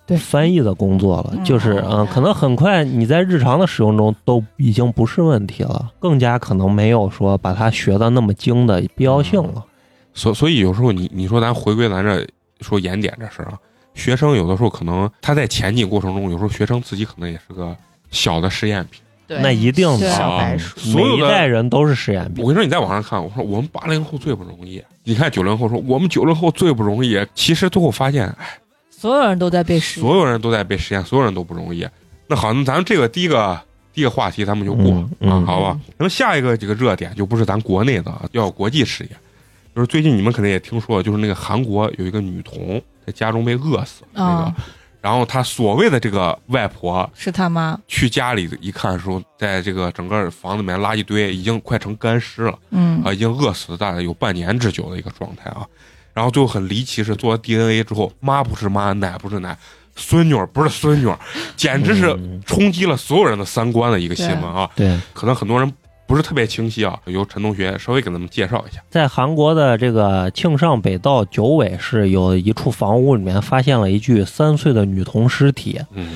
对
翻译的工作了
嗯。
就是嗯，可能很快你在日常的使用中都已经不是问题了，更加可能没有说把它学的那么精的必要性
嗯
了。
所所以有时候你你说咱回归咱这说严点这事儿啊，学生有的时候可能他在前进过程中，有时候学生自己可能也是个小的试验品。
那一定
对
的，嗯
小白
鼠
每一代人都是实验
我
品。
跟你说，你在网上看，我说我们八零后最不容易，你看九零后说我们九零后最不容易，其实最后发现，哎
所有人都在被使用。
所有人都在被实验，所有人都不容易。那好，那咱们这个第一个第一个话题咱们就过、
嗯嗯
啊，好吧？那么下一个这个热点就不是咱国内的，要有国际视野。就是最近你们可能也听说了，就是那个韩国有一个女童在家中被饿死那个，
啊
然后她所谓的这个外婆
是他妈，
去家里一看的时候，在这个整个房子里面垃圾堆已经快成干尸了。
嗯
啊，已经饿死了大概有半年之久的一个状态啊。然后最后很离奇是做了 DNA 之后，妈不是妈，奶不是奶，孙女儿不是孙女儿，简直是
嗯
冲击了所有人的三观的一个新闻啊！
对，
可能很多人不是特别清晰啊，由陈同学稍微给咱们介绍一下。
在韩国的这个庆尚北道九尾市，有一处房屋里面发现了一具三岁的女童尸体，
嗯，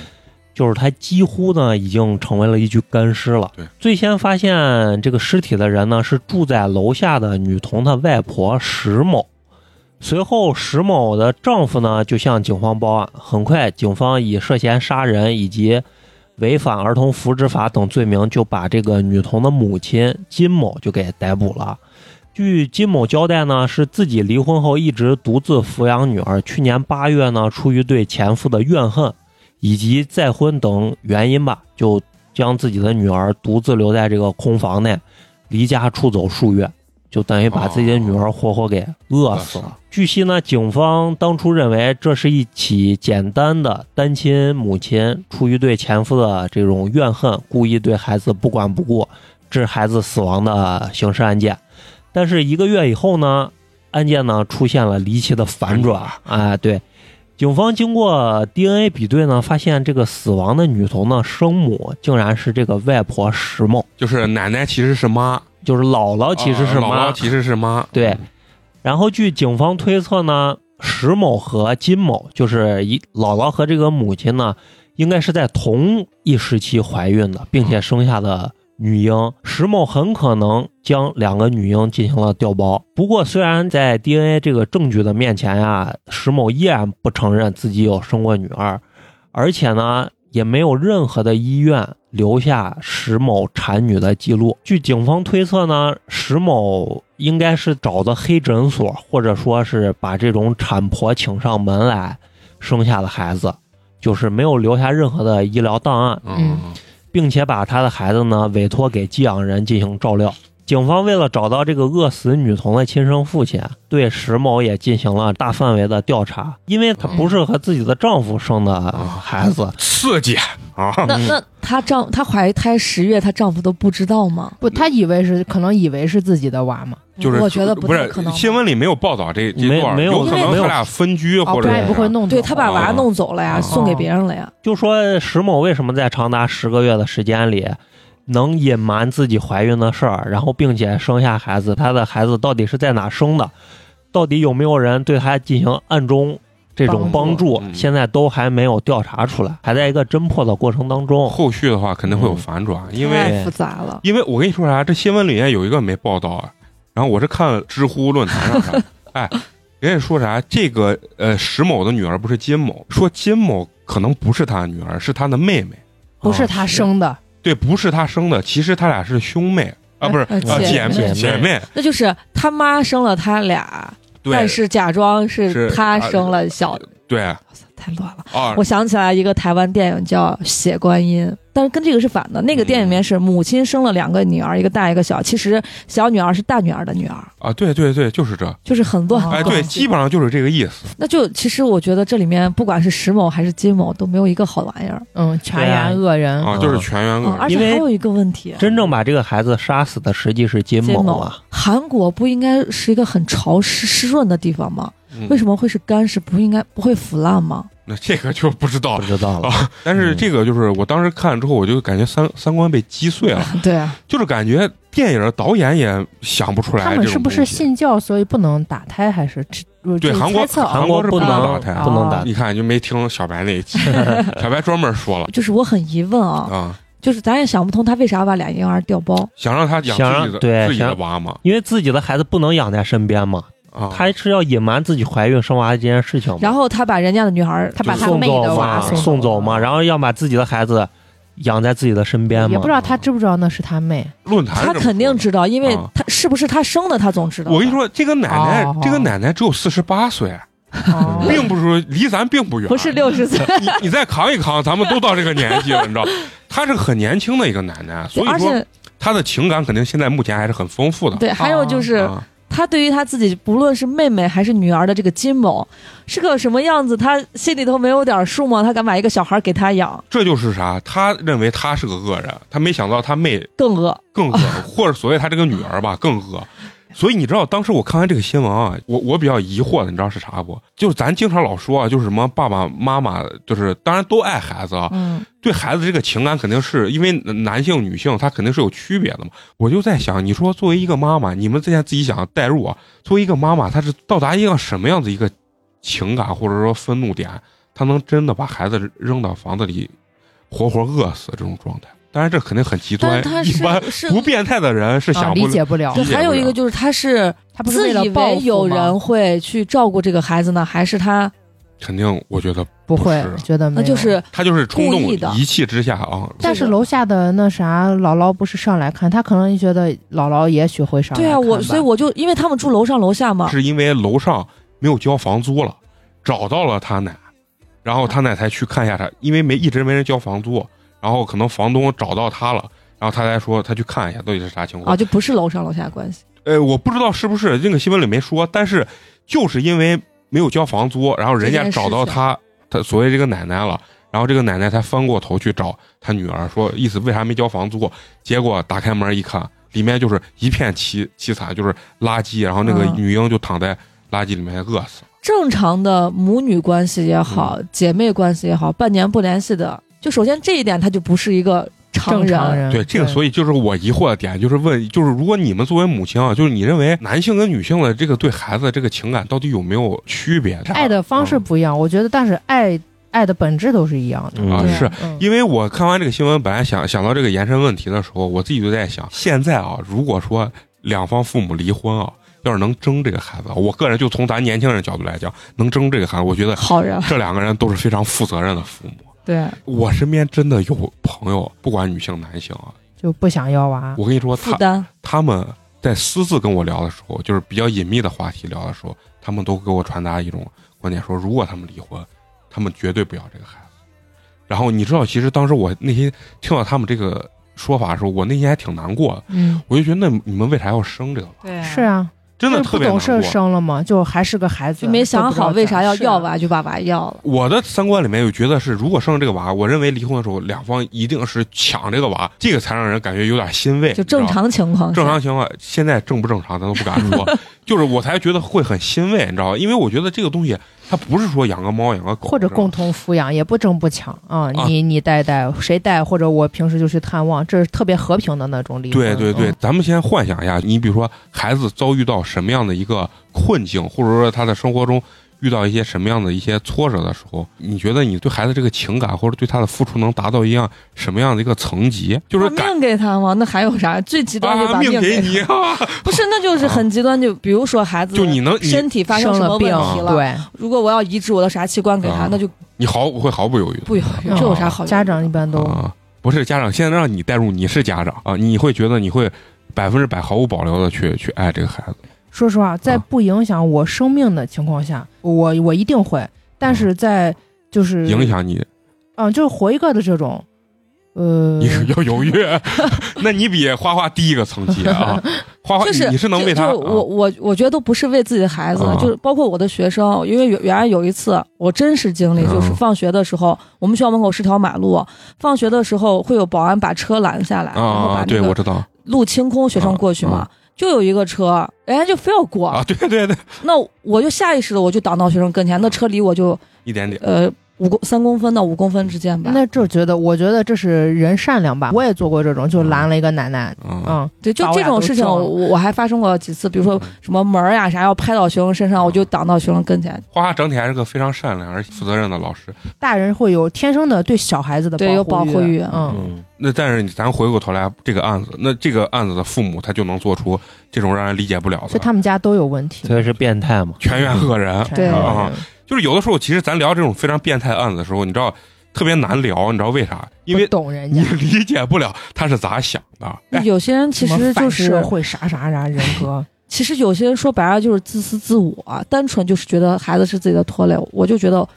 就是她几乎呢已经成为了一具干尸了。
对，
最先发现这个尸体的人呢是住在楼下的女童的外婆石某。随后，石某的丈夫呢就向警方报案。很快，警方以涉嫌杀人以及违反儿童福祉法等罪名，就把这个女童的母亲金某就给逮捕了。据金某交代呢，是自己离婚后一直独自抚养女儿。去年八月呢，出于对前夫的怨恨，以及再婚等原因吧，就将自己的女儿独自留在这个空房内，离家出走数月，就等于把自己的女儿活活给饿死了。
哦
啊据悉呢，警方当初认为这是一起简单的单亲母亲出于对前夫的这种怨恨，故意对孩子不管不顾，致孩子死亡的刑事案件。但是一个月以后呢，案件呢出现了离奇的反转啊、哎对，警方经过 DNA 比对呢，发现这个死亡的女童呢，生母竟然是这个外婆石某，
就是奶奶其实是妈，
就是姥姥其实是
啊
妈。
姥姥其实是妈。
对，然后据警方推测呢，石某和金某，就是一姥姥和这个母亲呢，应该是在同一时期怀孕的，并且生下的女婴。石某很可能将两个女婴进行了调包。不过，虽然在 DNA 这个证据的面前呀、石某依然不承认自己有生过女儿，而且呢，也没有任何的医院留下石某产女的记录。据警方推测呢，石某应该是找的黑诊所，或者说是把这种产婆请上门来生下的孩子，就是没有留下任何的医疗档案。
嗯，
并且把他的孩子呢委托给寄养人进行照料。警方为了找到这个饿死女童的亲生父亲，对石某也进行了大范围的调查，因为她不是和自己的丈夫生的孩子，
刺激啊！
那那她丈她怀胎十月，她丈夫都不知道吗？
不，她以为是可能以为是自己的娃嘛，
就是
我觉得
不
太
是
可能吧。
新闻里没有报道这这
没
段儿，
没有
有可能
没有
他俩分居
哦，
或
不
者
然也不会弄走。啊
对她把娃弄走了呀，
哦
送给别人了呀。
就说石某为什么在长达十个月的时间里，能隐瞒自己怀孕的事儿，然后并且生下孩子，她的孩子到底是在哪生的，到底有没有人对她进行暗中这种帮
帮
助
助，
嗯
现在都还没有调查出来，还在一个侦破的过程当中。
后续的话肯定会有反转，因为
太复杂了，
因为我跟你说啥，这新闻里面有一个没报道啊，然后我是看知乎论坛上 啥，哎，人家说啥这个呃石某的女儿不是金某，说金某可能不是他的女儿，是他的妹妹，
不是
哦
她生的，
对，不是他生的，其实他俩是兄妹啊，不是
呃
啊姐
姐妹
姐妹，
那就是他妈生了他俩，
对
但是假装是
是
她
啊
生了小的，
对啊，
太乱了。我想起来一个台湾电影叫《血观音》，但是跟这个是反的。那个电影里面是母亲生了两个女儿，一个大一个小，其实小女儿是大女儿的女儿，
啊，对对对，就是这，
就是很乱。
哎，
哦
对，基本上就是这个意思。
那就其实我觉得这里面不管是石某还是金某都没有一个好玩意儿。
嗯，全然恶人。
啊，就是全员恶
嗯，
人，
而且
因为
还有一个问题，
真正把这个孩子杀死的，实际是金
金
某
某
啊。
韩国不应该是一个很潮湿湿润的地方吗？
嗯
为什么会是干湿？不应该不会腐烂吗？
那这个就不知道
不
了。
知道了，
但
嗯
是这个就是我当时看了之后，我就感觉三三观被击碎了，
对啊，
就是感觉电影导演也想不出来
他
这种
们是不是
东西
信教，所以不能打胎？还是只我
对
自己
韩国
猜测啊
韩国
是
不
不
能
能打胎
不能打
啊你看就没听小白那一 期，小白专门说了
就是我很疑问啊，
啊，
就是咱也想不通他为啥把俩婴儿调包。
想让他养
想
自
让
己的
对
自己的
想
娃嘛
因为自己的孩子不能养在身边嘛，
啊，
他是要隐瞒自己怀孕生娃这件事情嘛。
然后他把人家的女孩，
他把
就
他
送
妹的
走
娃
嘛，
送走
送走嘛，然后要把自己的孩子养在自己的身边
也
嘛
不知。道他知不知道那是他妹。
论坛
他
这么
肯定
说
知道，因为
啊
他是不是他生的，他总知道。
我跟你，说，这个奶奶
哦，
这个奶奶只有四十八岁，
哦
并不是说离咱并不远，
不是六十岁，
你你再扛一扛，咱们都到这个年纪了，你知 道，她是个很年轻的一个奶奶，所
而
以说
且
她的情感肯定现在目前还是很丰富的。
对，还有就是
啊，
他对于他自己，不论是妹妹还是女儿的这个金某是个什么样子，他心里头没有点数吗？他敢把一个小孩给他养，
这就是啥？她认为她是个恶人，她没想到她妹
更恶。
更恶，或者所谓她这个女儿吧更恶。所以你知道，当时我看完这个新闻啊，我我比较疑惑的，你知道是啥不？就是咱经常老说啊，就是什么爸爸妈妈，就是当然都爱孩子啊，
嗯，
对孩子这个情感肯定是因为男性女性他肯定是有区别的嘛。我就在想，你说作为一个妈妈，你们之前自己想代入啊，作为一个妈妈，她是到达一个什么样的一个情感或者说愤怒点，她能真的把孩子扔到房子里活活饿死这种状态？当然这肯定很极
但
端
是他，
一般
是是
不变态的人是
啊
想不
理。解不了
对，
理解不了
还有一个就是他是
他不是
自
为了
以
报
为
复
有
吗
人会去照顾这个孩子呢，还是他
肯定，我觉得
不会
不是
觉得
那
没有
就是
他就是冲动
故意的
一气之下啊，
但是楼下的那啥姥姥不是上来看，他可能觉得姥姥也许会上来
对啊，
看
我
吧
所以我就因为他们住楼上楼下嘛，
是因为楼上没有交房租了，找到了他奶，然后他奶才去看一下他，因为没一直没人交房租，然后可能房东找到他了，然后他才说他去看一下到底是啥情况。
啊，就不是楼上楼下关系。
呃，我不知道是不是那个新闻里没说，但是就是因为没有交房租，然后人家找到他，他所谓这个奶奶了。然后这个奶奶才翻过头去找她女儿，说意思为啥没交房租？结果打开门一看，里面就是一片凄凄惨，就是垃圾。然后那个
嗯
女婴就躺在垃圾里面饿死了。
正常的母女关系也好，
嗯
姐妹关系也好，半年不联系的，就首先这一点，他就不是一个常
正
人。
常人
对这个，所以就是我疑惑的点，就是问，就是如果你们作为母亲啊，就是你认为男性跟女性的这个对孩子的这个情感到底有没有区别？
爱的方式不一样，我觉得，但是爱爱的本质都是一样的。
啊
嗯，
对
是
嗯
因为我看完这个新闻，本来想想到这个延伸问题的时候，我自己就在想，现在啊，如果说两方父母离婚啊，要是能争这个孩子，我个人就从咱年轻人角度来讲，能争这个孩子，我觉得
好人，
这两个人都是非常负责任的父母。
对，
我身边真的有朋友，不管女性男性啊，
就不想要娃。
我跟你说，
负
他
担
他们在私自跟我聊的时候，就是比较隐秘的话题聊的时候，他们都给我传达一种观点，说如果他们离婚，他们绝对不要这个孩子。然后你知道，其实当时我内心听到他们这个说法的时候，我内心还挺难过的。
嗯，
我就觉得，那你们为啥要生这个娃？
对啊
是啊，
真的
就是
特
不
别难
懂事儿
过。
生了嘛，就还是个孩子，
就没想好为啥要要
吧。
娃就把娃要了。
我的三观里面有觉得是，如果生了这个娃，我认为离婚的时候，两方一定是抢这个娃，这个才让人感觉有点欣慰。
就正
你知道吗
常情况下，
正常情况，现在正不正常咱都不敢 说，就是我才觉得会很欣慰，你知道吧？因为我觉得这个东西它不是说养个猫养个狗
或者
你知道吗
共同抚养，也不争不抢
啊！
啊你你带带谁带，或者我平时就去探望，这是特别和平的那种离婚。
对对对
嗯，，
咱们先幻想一下，你比如说孩子遭遇到什么样的一个困境，或者说他在生活中遇到一些什么样的一些挫折的时候，你觉得你对孩子这个情感或者对他的付出能达到一样什么样的一个层级？就是
把
感
命给他吗？那还有啥？最极端就
啊
把
命
给
给你，啊，
不是，那就是很极端。就比如说孩子，
就你能你
身体发生
生
什么问
了病
题，了，
对，
如果我要移植我的啥器官给他，
啊
那就
你毫会毫不犹豫的
不犹豫，这有啥好犹豫的？
嗯家长一般都
啊，不是家长，现在让你代入，你是家长啊，你会觉得你会百分之百毫无保留的去去爱这个孩子。
说实话，在
啊
不影响我生命的情况下，我我一定会，但是在就是
啊影，响你，
嗯，就是活一个的这种，
嗯
呃
你，是要犹豫， 那你比花花低一个层级啊。花花，
就是
你你是能为他
就就我
啊
我我觉得都不是为自己的孩子，
啊
就是包括我的学生，因为原原来有一次我真实经历，
嗯
就是放学的时候，我们学校门口是条马路，放学的时候会有保安把车拦下来，
啊
然后
啊
把
啊？对，
那
我
个
知道
路清空，学生过去嘛。
啊
就有一个车，人家就非要过，
啊，对对对，
那我就下意识的我就挡到学生跟前，那车离我就
一点点。
呃五公三公分到五公分之间吧。
那这觉得，我觉得这是人善良吧。我也做过这种，就
嗯
拦了一个奶奶，
啊，
嗯，
对，就
把我
这
俩
种
都
事情
撞
我，
了
我还发生过几次，
嗯
比如说什么门儿呀、啥要拍到学生身上，我就挡到学生跟前。
花花整体还是个非常善良而负责任的老师。
大人会有天生的对小孩子的
对有保护欲
嗯，
嗯，
那但是你咱回过头来，这个案子，那这个案子的父母他就能做出这种让人理解不了
所以
的
他们家都有问题，
所以是变态嘛，
全员恶人。
全
对
是
啊就是有的时候，其实咱聊这种非常变态案子的时候，你知道特别难聊，你知道为啥？因为
不懂人
你
家。
理解不了他是咋想的。哎，
有些人其
什么
实就
反社
是，
会啥啥啥人 格，
其实有些人说白了就是自私自我，啊单纯就是觉得孩子是自己的拖累，我就觉得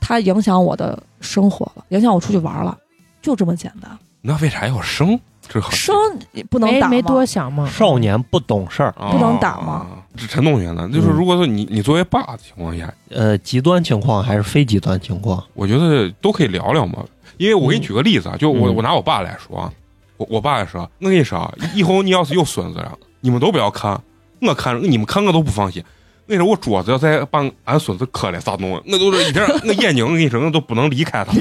他影响我的生活了，影响我出去玩了，就这么简单。
那为啥要生？这很
生也不能
没
打
没
吗
多想嘛。
少年不懂事儿，
不
不能打吗？
啊
嗯
这陈同学呢？就是如果说你你作为爸的情况下，
呃，极端情况还是非极端情况？
我觉得都可以聊聊嘛。因为我给你举个例子啊，就我
嗯
我拿我爸来说啊，我我爸也是啊，我跟你说啊，以后你要是有孙子了，你们都不要看，我看你们看我都不放心。我跟你说，我桌子要再把俺孙子磕了咋弄？我都是一点，我眼睛我跟你说，我都不能离开他。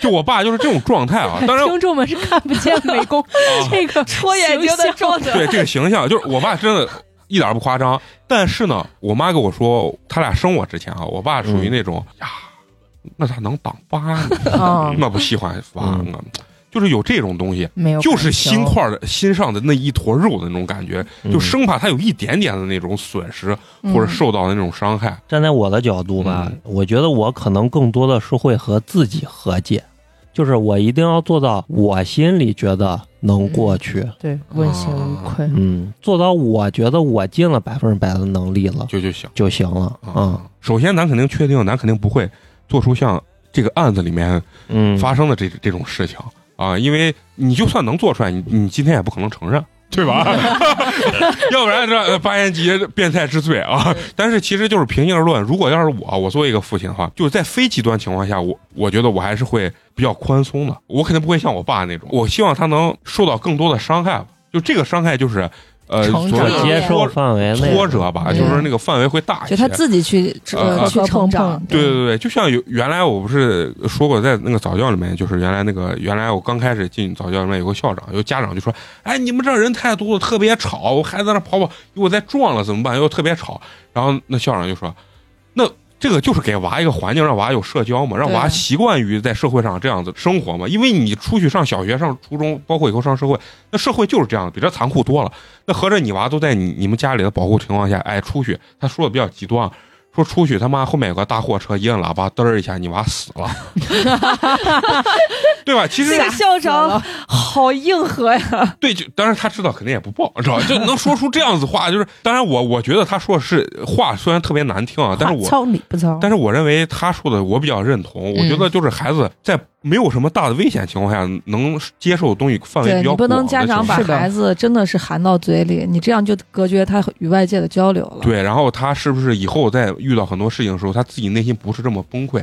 就我爸就是这种状态啊。当然，
听众们是看不见美 工
啊
这 个戳
眼睛的
状 态，
对这个形象，就是我爸真的一点儿不夸张。但是呢，我妈跟我说，他俩生我之前啊，我爸属
嗯
于那种、呀，那咋能当爸呢？
啊，
那不喜欢娃啊
嗯，
就是有这种东西，
没有感情，
就是心块儿的心上的那一坨肉的那种感觉，就
嗯
生怕他有一点点的那种损失
嗯
或
嗯
者受到的那种伤害。
站在我的角度吧，
嗯
我觉得我可能更多的是会和自己和解，就是我一定要做到我心里觉得
嗯
能过去，
对问心无愧。
嗯，做到我觉得我尽了百分之百的能力了
就就行
就行了，啊，
首先咱肯定确定，咱肯定不会做出像这个案子里面
嗯，
发生的这这种事情啊，因为你就算能做出来，你你今天也不可能承认，对吧？ 要不然这呃八年级变态之最啊！但是其实就是平心而论，如果要是我，我作为一个父亲的话，就是在非极端情况下，我我觉得我还是会比较宽松的，我肯定不会像我爸那种，我希望他能受到更多的伤害吧。就这个伤害就是呃，
成
所
长
我
谓
对
接受范围内嗯
挫折吧，
对
就是那个范围会大一些。
就他自己去
啊
呃去
磕
成
碰
长
碰，
对对对，就像有原来我不是说过，在那个早教里面，就是原来那个原来我刚开始进早教里面有个校长，有家长就说，哎，你们这人太多了，特别吵，我孩子在那跑跑，我再撞了怎么办？又特别吵。然后那校长就说，那这个就是给娃一个环境，让娃有社交嘛，让娃
对
习惯于在社会上这样子生活嘛。因为你出去上小学、上初中，包括以后上社会，那社会就是这样，比这残酷多了。那合着你娃都在你你们家里的保护情况下，哎，出去，他说的比较极端啊，说出去他妈后面有个大货车，一摁喇叭，嘚儿一下，你娃死了，对吧？其实
这个校 长好硬核呀！
对，就当然他知道肯定也不报，知道吧就能说出这样子话，就是当然我我觉得他说的是话虽然特别难听啊，但是我
操理不
哦
操？
但是我认为他说的我比较认同，
嗯
我觉得就是孩子在没有什么大的危险情况下，能接受的东西范围
对
比
你
较广
不
的
能家
情
长
况
把
下
是的
孩子真的是含到嘴里，你这样就隔绝他与外界的交流了。
对，然后他是不是以后在遇到很多事情的时候，他自己内心不是这么崩溃？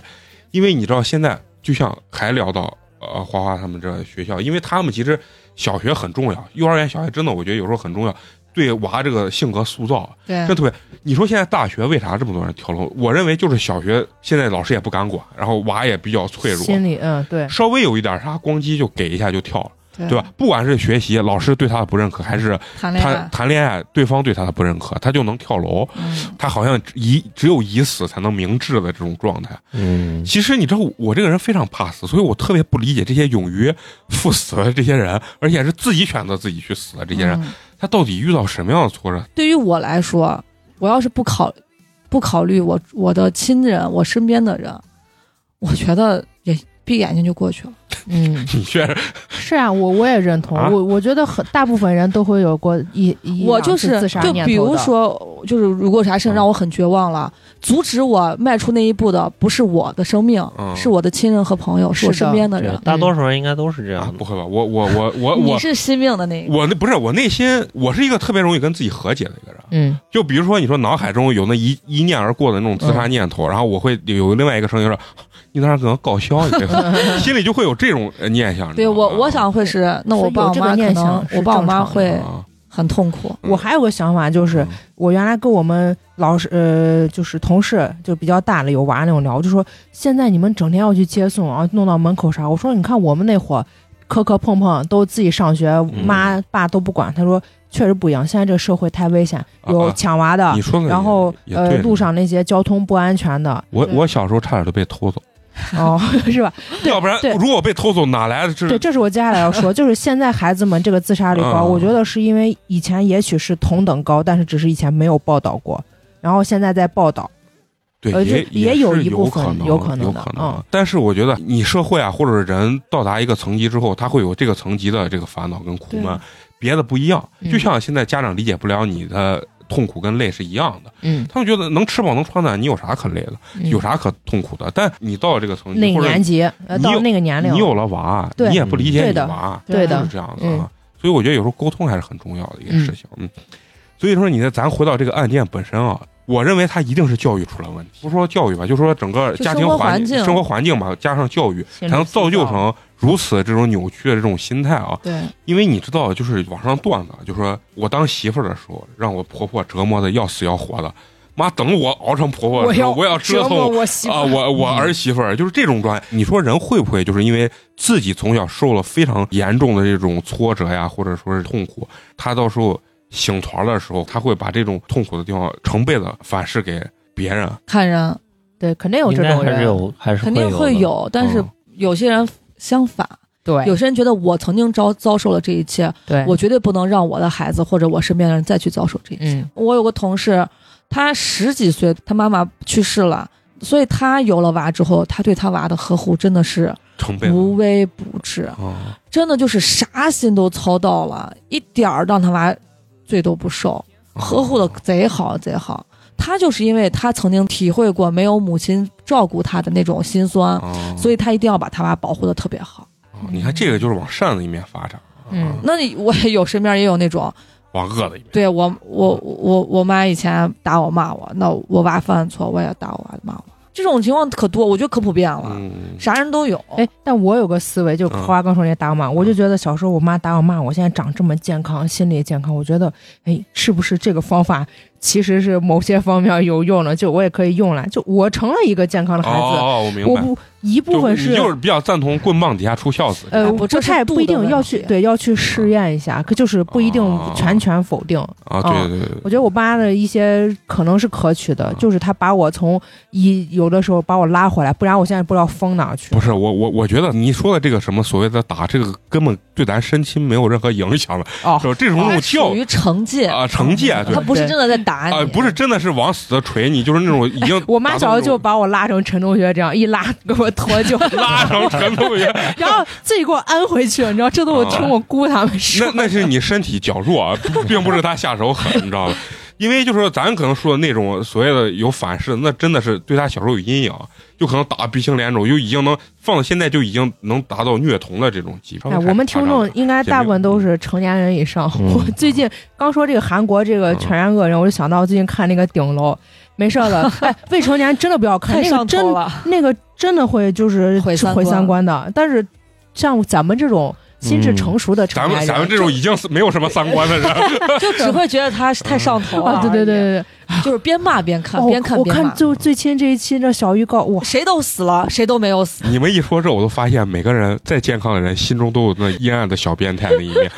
因为你知道现在就像还聊到呃花花他们这学校，因为他们其实小学很重要，幼儿园小学真的我觉得有时候很重要，对娃这个性格塑造
对
真特别。你说现在大学为啥这么多人跳楼？我认为就是小学现在老师也不敢管，然后娃也比较脆弱，
心里 嗯对，
稍微有一点啥咣叽就给一下就跳了，
对
对吧？不管是学习老师对他的不认可，还是
谈恋
谈
爱，
谈恋爱对方对他的不认可，他就能跳楼。
嗯，
他好像以只有以死才能明志的这种状态。
嗯，
其实你知道我这个人非常怕死，所以我特别不理解这些勇于赴死的这些人，而且是自己选择自己去死的这些人，
嗯
他到底遇到什么样的挫折？
对于我来说，我要是不考不考虑我我的亲人，我身边的人，我觉得也闭眼睛就过去了。
嗯
你确实
是啊，我我也认同，
啊
我我觉得很大部分人都会有过一一
我
两
就
次
是
自杀
就
念
比
头
如
的，
说，就是如果啥事情让我很绝望了，阻止我迈出那一步的不是我的生命，
嗯
是我的亲人和朋友，是我
是的
身边的
对
人。
大多数人应该都是这
啊
样，
不
的。
会吧？我我我我
你
我
是惜命的那一个，
我那不是我内心，我是一个特别容易跟自己和解的一个人。
嗯
就比如说，你说脑海中有那一一念而过的那种自杀念
嗯
头，然后我会有另外一个声音说：“ 你在那儿给我搞笑，你这 个心里就会有这种呃念想。你知
对
道吗”
我我想会是，那
所以
我爸
有
我
这个
妈可
念想
能
是
我爸我
正
妈
常的
会
啊
很痛苦。
嗯
我还有个想法就是，我原来跟我们老师呃，就是同事就比较大了有娃那种聊，就说现在你们整天要去接送啊，弄到门口啥？我说你看我们那会儿磕磕碰碰都自己上学，妈
嗯
爸都不管。他说确实不一样，现在这个社会太危险，有
啊
抢娃的，
你说的也，
然后
也
呃
对
路上那些交通不安 全的，
我
对
我小时候差点就被偷走，
哦是吧？对
要不然
对
如果被偷走哪来的这
对，这是我接下来要说，就是现在孩子们这个自杀率高，
嗯
我觉得是因为以前也许是同等高，但是只是以前没有报道过，然后现在在报道。
对
呃
也
这也
是
有
有
一部分
能
有
有
可能的
可
嗯
能。但是我觉得你社会啊，或者是人到达一个层级之后，他会有这个层级的这个烦恼跟苦闷，别的不一样。
嗯
就像现在家长理解不了你的痛苦跟累是一样的，
嗯，
他们觉得能吃饱能穿暖，你有啥可累的，有啥可痛苦的？但你到了这个层
哪
级，或者
年级？呃，
你
到
有
那个年龄，
你有了娃，
对
你也不理
嗯
解
对
你
的
娃，
对的
就是这样的
嗯
啊。所以我觉得有时候沟通还是很重要的一个事情。嗯，所以说你呢，咱回到这个案件本身啊，我认为它一定是教育出了问题。不说教育吧，就说整个
就
家
生
庭
活
环
环境
生活环境吧，加上教育，才能造就成如此这种扭曲的这种心态啊。
对，
因为你知道，就是网上段子，就说我当媳妇儿的时候，让我婆婆折磨的要死要活的，妈等我熬成婆婆的时候，我要折腾
我嗯媳
啊，我我儿媳妇儿就是这种状态。你说人会不会就是因为自己从小受了非常严重的这种挫折呀，或者说是痛苦，他到时候醒团的时候，他会把这种痛苦的地方成倍的反噬给别人。
看人
对，肯定有
应
这
该
种
还是
人，
有，还是
肯定
会
会
的。
有，但是
嗯
有些人相反，
对，
有些人觉得我曾经遭遭受了这一切，
对，
我绝对不能让我的孩子或者我身边的人再去遭受这一切。
嗯
我有个同事，他十几岁，他妈妈去世了，所以他有了娃之后，他对他娃的呵护真的是
成倍的
无微不至，
啊，
真的就是啥心都操到了，一点儿让他娃罪都不受，
嗯
呵护的贼好贼好。他就是因为他曾经体会过没有母亲照顾他的那种心酸，
啊，
所以他一定要把他娃保护的特别好。
啊你看这个就是往善的一面发展，
嗯
那你 我也有身边也有那种，
往恶的一面。
对我，我我我妈以前打我骂我，那我娃犯错我也打我娃骂我，这种情况可多，我觉得可普遍了，
嗯，
啥人都有。
哎，但我有个思维，就
嗯
花刚说那打我骂，我就觉得小时候我妈打我骂我，现在长这么健康，心理也健康，我觉得，哎，是不是这个方法其实是某些方面有用的？就我也可以用了，就我成了一个健康的
哦
孩子，
哦，我明
我
白。
不一部
就
分
你
是
就是比较赞同棍棒底下出孝子。
呃，
不
不
这是
太
度
不一
的
定
问
要
题
去对要去
嗯
试验一下，可就是不一定
啊
全权否定。
啊，对对对，
我觉得我妈的一些可能是可取的
啊，
就是她把我从一有的时候把我拉回来，不然我现在不知道疯哪儿去
不。是我我我觉得你说的这个什么所谓的打这个根本对咱身心没有任何影响的，
哦
是吧这种这
他
种教
属于惩戒，
啊惩戒，对
他不是真的在打
打你。
啊，不是，真的是往死的锤你，就是那种已经
我妈
达到
小时候
那种
就把我拉成陈同学这样一拉，给我拖就，
拉成陈同学，
然后自己给我安回去，你知道，这都我听我姑他们说
啊 那。 那是你身体较弱，啊，并不是他下手狠，你知道吧？因为就是咱可能说的那种所谓的有反噬，那真的是对他小时候有阴影，就可能打鼻青脸肿，就已经能放到现在就已经能达到虐童的这种级别。
哎，我们听众应该大部分都
简
是成年人以上。
嗯
我最近刚说这个韩国这个
嗯
全员恶人，我就想到最近看那个《顶楼》，没事 儿了，哎，未成年真的不要看，
太
那个
上头
真
了。
那个真的会就是
毁三观
三观的。但是像咱们这种心智
嗯
成熟的成
咱
年
们
人，
咱们这种已经是没有什么三观的 人，
就只会觉得他是太上头了。
啊，对对对，对
就是边骂边看，
对，
边看
我
边
看
骂。
就最新这一期这小预告，哇，
谁都死了，谁都没有死。
你们一说这，我都发现每个人再健康的人心中都有那阴暗的小变态那一面，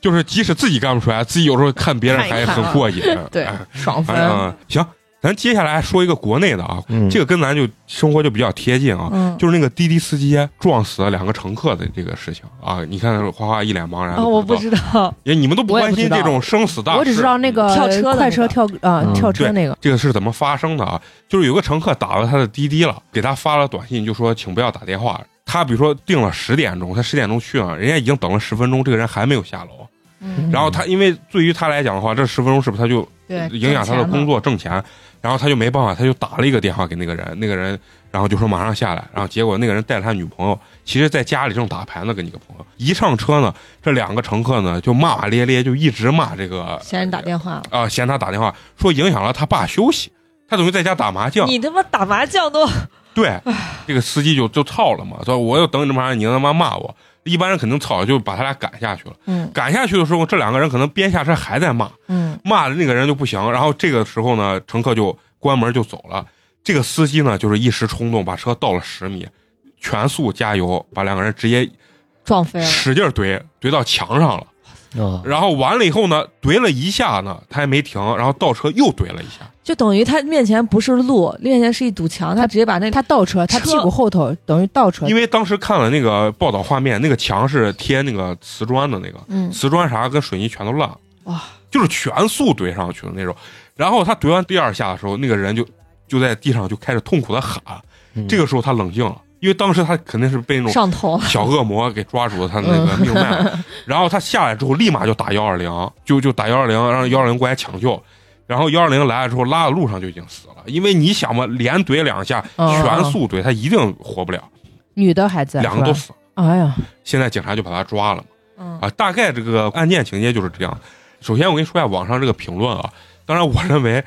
就是即使自己干不出来，自己有时候看别人
看
还
一看
很
啊
过瘾。
对嗯
哎，
爽
哎
翻！
呀，行，咱接下来说一个国内的啊，
嗯
这个跟咱就生活就比较贴近啊，
嗯，
就是那个滴滴司机撞死了两个乘客的这个事情啊。你看花花一脸茫然，
哦
啊，我不知道，
也你们都不
我也
关
不
心
知道
这种生死大事，
我只知道那个
跳车的
快
那
车
个
跳啊
嗯
跳车
对
那个，
这个是怎么发生的啊？就是有个乘客打了他的滴滴了，给他发了短信，就说请不要打电话。他比如说定了十点钟，他十点钟去了，人家已经等了十分钟，这个人还没有下楼。
嗯
然后他因为对于他来讲的话，这十分钟是不是他就
对
呃影响他的工作挣钱？然后他就没办法，他就打了一个电话给那个人，那个人然后就说马上下来，然后结果那个人带着他女朋友，其实在家里正打牌呢，跟一个朋友一上车呢，这两个乘客呢就骂骂咧咧，就一直骂这个
嫌人打电话了。
啊、嫌他打电话说影响了他爸休息，他等于在家打麻将。
你他妈打麻将都
对，这个司机就就操了嘛，说我要等你这么长时间，你他妈骂我。一般人肯定操，就把他俩赶下去了。
嗯
赶下去的时候，这两个人可能边下车还在骂，
嗯，
骂的那个人就不行。然后这个时候呢，乘客就关门就走了。这个司机呢，就是一时冲动，把车倒了十米，全速加油，把两个人直接
撞飞了。
使劲儿怼，怼到墙上了。
啊，
然后完了以后呢，怼了一下呢，他还没停，然后倒车又怼了一下。
就等于他面前不是路，面前是一堵墙，他直接把那
他倒车，他
车
屁股后头等于倒车
因，为当时看了那个报道画面，那个墙是贴那个瓷砖的那个，
嗯
瓷砖啥跟水泥全都烂，
哇，
就是全速怼上去的那种。然后他怼完第二下的时候，那个人就就在地上就开始痛苦的喊，这个时候他冷静了，因为当时他肯定是被那种
上头，
小恶魔给抓住了他的那个命脉了。
嗯
然后他下来之后，立马就打幺二零，就就打幺二零，让幺二零过来抢救。然后幺二零来了之后，拉到路上就已经死了，因为你想嘛，连怼两下，
嗯
全速怼，他一定活不了，
女的还在，
两个都
是吧
死了。
哎呀，
现在警察就把他抓了嘛。
嗯
啊，大概这个案件情节就是这样。首先，我跟你说一下网上这个评论啊，当然我认为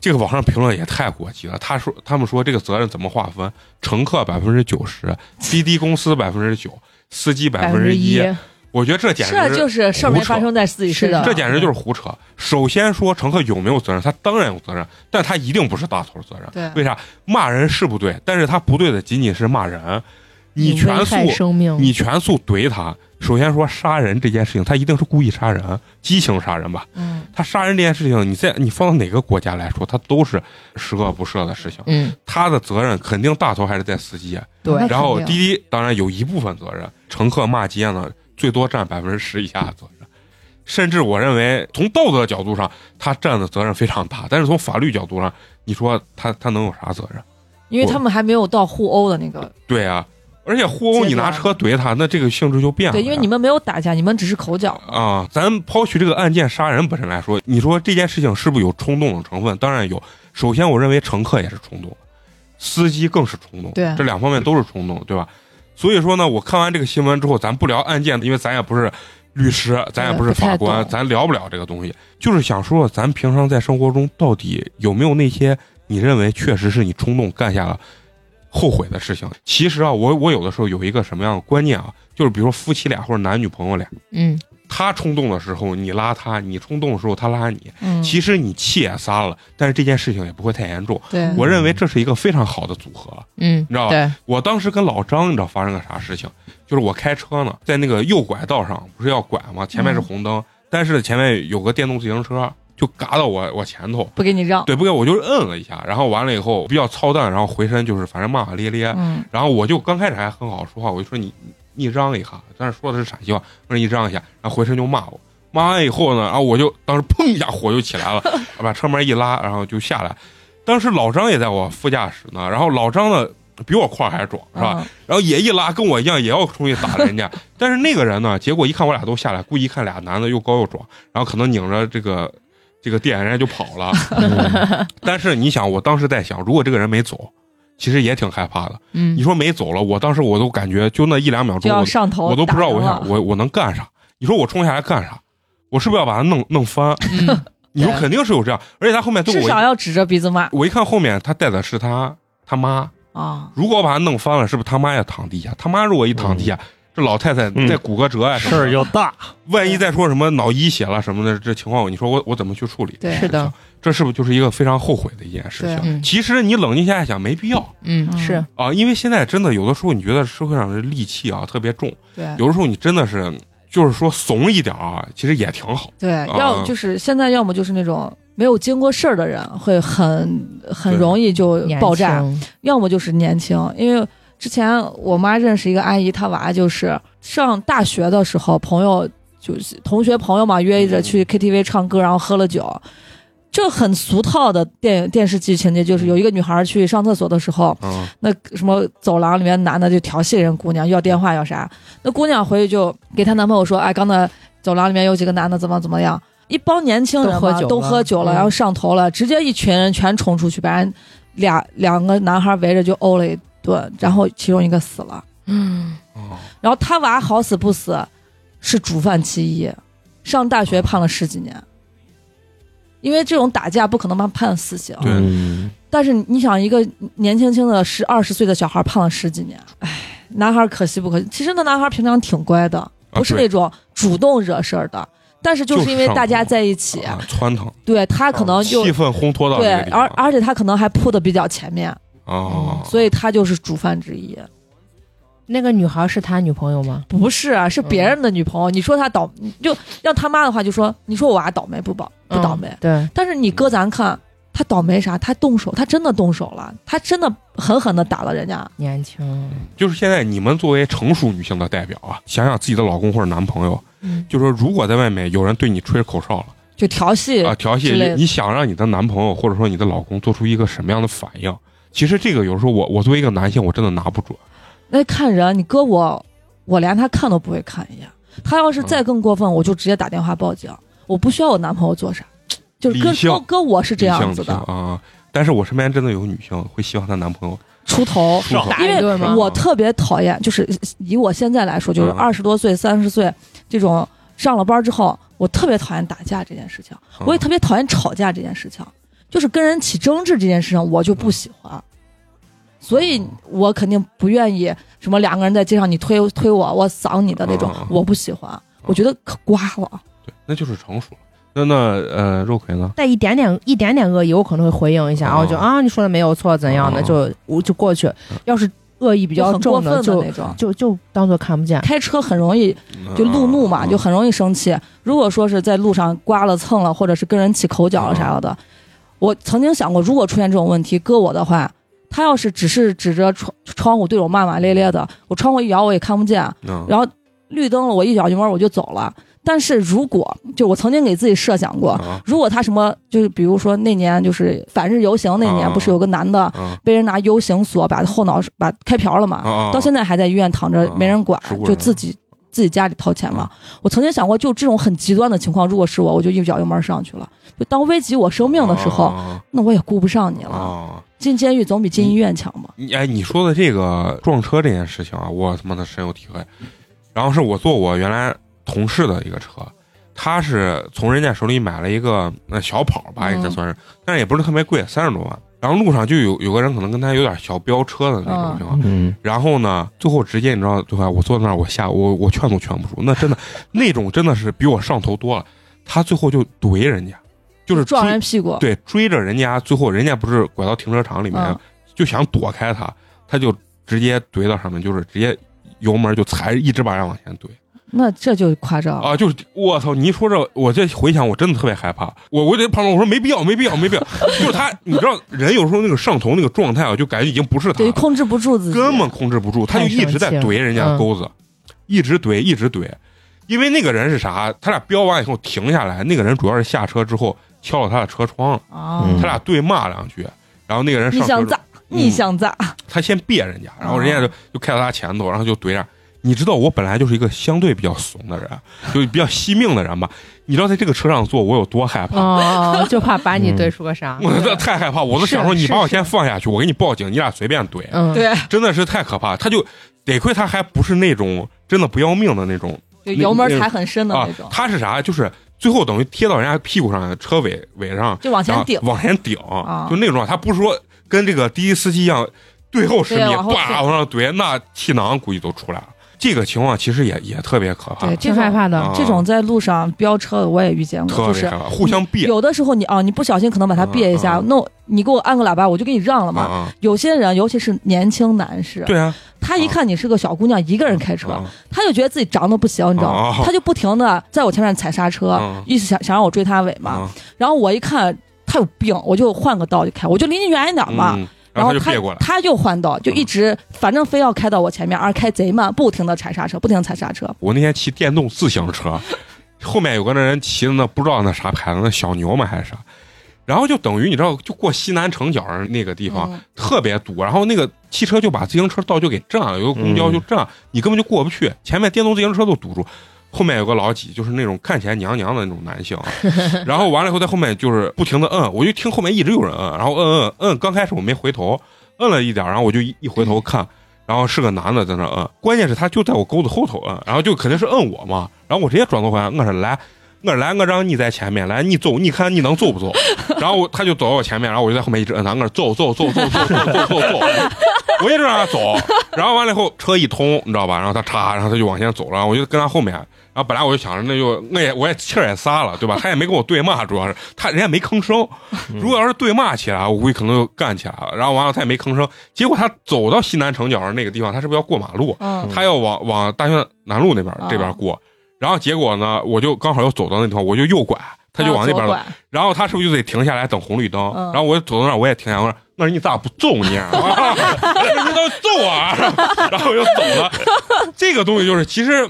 这个网上评论也太过激了。他说他们说这个责任怎么划分？乘客百分之九十，滴滴公司百分之九，司机百分之一。我觉得这简直
这就是事儿没发生在自己身上，
这简直就是胡扯。首先说乘客有没有责任，他当然有责任，但他一定不是大头责任。
对
为啥？骂人是不对，但是他不对的仅仅是骂人，你全
危
速
害生
嗯
命，
你全速怼他。首先说杀人这件事情，他一定是故意杀人，啊激情杀人吧？
嗯，
他杀人这件事情，你在你放到哪个国家来说，他都是十恶不赦的事情。
嗯，
他的责任肯定大头还是在司机，啊
对
那肯定
然后滴滴当然有一部分责任，乘客骂街呢，最多占百分之十以下的责任。甚至我认为，从道德的角度上，他占的责任非常大，但是从法律角度上，你说他他能有啥责任？
因为他们还没有到互殴的那个，
对啊，而且互殴你拿车怼他，那这个性质就变了呀。
对，因为你们没有打架，你们只是口角，
啊，咱抛去这个案件杀人本身来说，你说这件事情是不是有冲动的成分？当然有。首先，我认为乘客也是冲动的，司机更是冲动，
对
这两方面都是冲动，对吧？所以说呢，我看完这个新闻之后，咱不聊案件，因为咱也不是律师，咱也不是法
呃不太
官，
懂
咱聊不了这个东西。就是想说，咱平常在生活中到底有没有那些你认为确实是你冲动干下了后悔的事情？其实啊，我我有的时候有一个什么样的观念啊，就是比如说夫妻俩或者男女朋友俩。
嗯，
他冲动的时候你拉他，你冲动的时候他拉你，
嗯，
其实你气也撒了，但是这件事情也不会太严重。
对，
我认为这是一个非常好的组合，
嗯，
你知道吧？
对，
我当时跟老张，你知道发生个啥事情？就是我开车呢，在那个右拐道上，不是要拐吗？前面是红灯，但是前面有个电动自行车就嘎到我我前头，
不给你让，
对，不给我就是摁了一下，然后完了以后比较操蛋，然后回身就是反正骂骂咧咧，
嗯，
然后我就刚开始还很好说话，我就说你你让一下，但是说的是陕西话，我说你让一下，然后回身就骂我，骂完以后呢，然后我就当时砰一下火就起来了，把车门一拉，然后就下来。当时老张也在我副驾驶呢，然后老张呢比我块儿还壮是吧？
嗯
然后也一拉，跟我一样也要冲去打人家。但是那个人呢，结果一看我俩都下来，故意一看俩男的又高又壮，然后可能拧着这个这个电，人家就跑了。但是你想，我当时在想，如果这个人没走，其实也挺害怕的。
嗯
你，说没走了，我当时我都感觉就那一两秒
就
钟，
要
我
上头，
我都不知道我
打
想
人了
我我能干啥。你说我冲下来干啥？我是不是要把他弄弄翻？
嗯
你说
对
肯定是有这样，而且他后面对
至
我
少
一，
要指着鼻子骂
我一看后面他带的是他他妈。
啊！
如果我把他弄翻了，是不是他妈也躺地下？他妈如果一躺地下，这老太太
嗯
再骨骼折啊，
事儿就大，
万一再说什么脑溢血了什么的，这情况你说我我怎么去处理？
对
是的，
这是不是就是一个非常后悔的一件事
对
情？
嗯
其实你冷静下来想，没必要
嗯
嗯
是
啊，因为现在真的有的时候你觉得社会上的戾气啊特别重，
对
有的时候你真的是就是说怂一点啊，其实也挺好。啊
对，要就是现在，要么就是那种没有经过事儿的人，会很很
对
容易就
年
爆炸；
轻，
要么就是年轻，因为之前我妈认识一个阿姨，她娃就是上大学的时候，朋友就是同学朋友嘛，约着去 KTV 唱歌，然后喝了酒。这很俗套的电影电视剧情节，就是有一个女孩去上厕所的时候，
嗯，
那什么走廊里面男的就调戏人姑娘，要电话要啥，那姑娘回去就给她男朋友说，哎，刚才走廊里面有几个男的怎么怎么样，一帮年轻人嘛
都喝酒了
都喝酒了，
嗯
然后上头了，直接一群人全冲出去，把人俩两个男孩围着就殴了一顿，然后其中一个死了，
嗯，
哦
然后他娃好死不死是主犯其一，上大
哦
学判了十几年。因为这种打架不可能判判死
哦
刑，
对
嗯，
但是你想，一个年轻轻的十二十岁的小孩判了十几年，唉，男孩可惜不可惜。其实那男孩平常挺乖的，
啊
不是
对
那种主动惹事儿的，但是就
就是
因为
上
大家
头
在一起，
啊窜腾，
对他可能就
气氛烘托到
对
那个，地方啊
而而且他可能还扑的比较前面，
哦，
所以他就是主犯之一。
啊
那个女孩是他女朋友吗？
不是啊，
嗯
是别人的女朋友。你说他倒，你就要他妈的话就说，你说我娃倒霉不倒不倒霉，
嗯对，
但是你搁咱看。他倒霉啥？他动手，他真的动手了，他真的狠狠的打了人家。
年轻，
就是现在你们作为成熟女性的代表啊，想想自己的老公或者男朋友，
嗯
就说如果在外面有人对你吹口哨了
就调戏
啊，调戏
之类
你，
的
你想让你的男朋友或者说你的老公做出一个什么样的反应？其实这个有时候我我作为一个男性，我真的拿不准。
那看人，你哥我，我连他看都不会看一眼。他要是再
嗯
更过分，我就直接打电话报警。我不需要我男朋友做啥，就是哥
理性
哥哥我是这样子
女性
的，
啊，但是我身边真的有女性会希望她男朋友嗯
出头。
出口
打
因
一
为
顿吗
我特别讨厌，就是以我现在来说，就是
嗯
二十多岁、三十岁这种上了班之后，我特别讨厌打架这件事情，
嗯
我也特别讨厌吵架这件事情，就是跟人起争执这件事情，我就不喜欢。所以我肯定不愿意什么两个人在街上你推推我，我搡你的那种
嗯，
我不喜欢，我觉得可瓜了。
对，那就是成熟了。那那呃，肉葵呢？
带一点点一点点恶意，我可能会回应一下，然后就
哦
啊，你说的没有错，怎样的
哦
就我就过去。要是恶意比
比
较
很过
重
分
就
那种，
就就当做看不 见。
开车很容易就路怒嘛，
嗯
就很容易生气。如果说是在路上刮了蹭了，或者是跟人起口角了啥
嗯
的，我曾经想过，如果出现这种问题，搁我的话，他要是只是指着窗窗户对我骂骂咧咧的，我窗户一摇我也看不见，
嗯
然后绿灯了我一脚油门我就走了。但是如果就我曾经给自己设想过，
啊
如果他什么就是比如说那年就是反日游行那年，
嗯
不是有个男的
啊
被人拿 U 型锁把后脑把开瓢了嘛？
啊！
到现在还在医院躺着，
啊
没人管
事故，
就
人嗯
自己自己家里掏钱嘛。我曾经想过，就这种很极端的情况，如果是我，我就一脚油门上去了。就当危及我生命的时候，
啊
那我也顾不上你
啊
了。
啊
进监狱总比进医院强嘛。
你哎，你说的这个撞车这件事情啊，我他妈的深有体会。然后是我坐我原来同事的一个车，他是从人家手里买了一个那小跑吧，
嗯
应该算是，但是也不是特别贵，三十多万。然后路上就有有个人可能跟他有点小飙车的那种情况，
嗯，
然后呢，最后直接你知道，最后我坐在那儿，我吓我我劝都劝不住，那真的那种真的是比我上头多了。他最后就怼人家，就是
撞
追
人屁股，
对追着人家，最后人家不是拐到停车场里面，
嗯
就想躲开他，他就直接怼到上面，就是直接油门就踩，一直把人往前怼
那这就夸张了。
啊！就是我操，你一说这，我这回想我真的特别害怕，我我在旁边我说没必要，没必要，没必要， 就是他，你知道人有时候那个上头那个状态啊，就感觉已经不是他
对，
了。
控制不住自己，
根本控制不住，他就一直在怼人家的钩子，一直怼，一直怼。因为那个人是啥？他俩飙完以后停下来，那个人主要是下车之后敲了他的车窗，
啊
嗯
他俩对骂两句，然后那个人
你
上车嗯
想
之后
咋？你想咋？
他先别人家，然后人家就就开到他前头，然后就怼着。你知道我本来就是一个相对比较怂的人，就比较惜命的人吧。你知道在这个车上坐我有多害怕？
哦，就怕把你怼出个啥。
我这太害怕，我都
是
想说你
是
把我
是
先放下去，我给你报警，你俩随便怼，
嗯，
对，
真的是太可怕。他就得亏他还不是那种真的不要命的那种
就油门
那
踩很深的
啊
那种，，
他是啥？就是最后等于贴到人家屁股上，车尾尾上，
就往前顶
然
啊
啊后往前顶，就那种。他不是说跟这个滴滴司机一样，最后十米
对往后
叭
怼
往上怼，那气囊估计都出来了。这个情况其实也也特别可怕
对，
挺害怕
啊
的。
这种在路上飙车的我也遇见过，
特
就
别可
是
怕，互相别
有的时候你啊，你不小心可能把它别一下，
嗯嗯
那我你给我按个喇叭，我就给你让了
啊
嘛。
啊！
有些人，尤其是年轻男士，
对啊，
他一看你是个小姑娘，一个人开车，
啊
他就觉得自己长得不行，你知道吗
哦？
他就不停的在我前面踩刹车
嗯，
一直想想让我追他尾嘛。
啊
然后我一看他有病，我就换个道就开，我就离你远一点嘛。
嗯
然
然后
后
他就
他
别过来，嗯
他就换道，就一直反正非要开到我前面，而开贼慢，不停的踩刹车，不停地踩刹车。
我那天骑电动自行车，后面有个那人骑的那不知道那啥牌子，那小牛嘛还是啥，然后就等于你知道，就过西南城角儿那个地方、
嗯
特别堵，然后那个汽车就把自行车道就给占了，有个公交就占，你根本就过不去，前面电动自行车都堵住。后面有个老几，就是那种看起来娘娘的那种男性啊，然后完了以后在后面就是不停的摁，我就听后面一直有人嗯摁，然后摁摁摁，刚开始我没回头，摁了一点儿，然后我就一一回头看，然后是个男的在那摁， 关键是他就在我钩子后头摁，然后就肯定是摁我嘛，然后我直接转头回来，我说来，我说来，我让你在前面来，你走，你看你能走不走？然后我他就走到我前面，然后我就在后面一直摁他，我说走走走走走走走走走，我一直让他走，然后完了以后车一通，你知道吧？然后他嚓，然后他就往前走了，然后我就跟他后面。然后本来我就想着，那就那也我也气儿也撒了，对吧？他也没跟我对骂，主要是他人家没吭声。
嗯
如果要是对骂起来，我估计可能就干起来了。然后完了他也没吭声，结果他走到西南城角那个地方，他是不是要过马路？
嗯
他要往往大学南路那边
啊
这边过，然后结果呢，我就刚好又走到那地方，我就右拐，他就往那边
然后左
走，
拐
然后他是不是就得停下来等红绿灯？
嗯
然后我走到那儿我也停下来，我说：“那你咋不揍你啊？ 啊你倒揍啊！” 然后我就走了。这个东西就是其实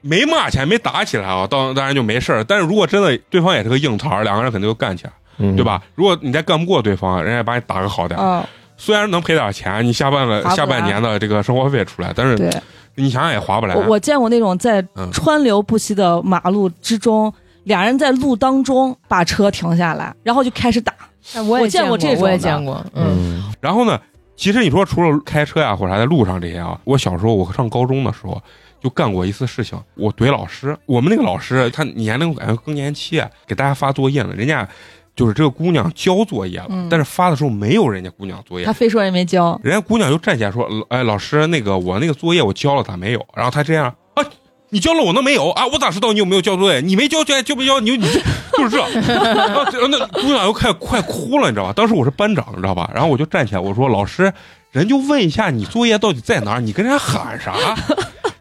没骂起来，没打起来啊，当当然就没事儿。但是如果真的对方也是个硬茬儿，两个人肯定就干起来，
嗯
对？吧？如果你再干不过对方，啊人家把你打个好点儿，
嗯，
虽然能赔点儿钱，你下半个
划不来
下半年的这个生活费出来，但是
对。
你想想也划不来。
我我见过那种在
嗯
川流不息的马路之中，俩人在路当中把车停下来，然后就开始打。
哎我也
我见过这种
我也
的
见过。嗯，
嗯
然后呢，其实你说除了开车呀、或者啥在路上这些啊，我小时候我上高中的时候就干过一次事情，我怼老师。我们那个老师他年龄感觉更年期，啊给大家发作业呢，人家就是这个姑娘交作业了，
嗯
但是发的时候没有人家姑娘作业
他。非说人没交，，
人家姑娘就站起来说：“哎，老师，那个我那个作业我交了，咋没有？”然后他这样啊，你交了我那没有啊，我咋知道你有没有交作业？你没交作业就没交，你就你就就是这。 然后这那姑娘又快快哭了，你知道吧？当时我是班长，你知道吧？然后我就站起来，我说：“老师，人就问一下你作业到底在哪儿，你跟人家喊啥？”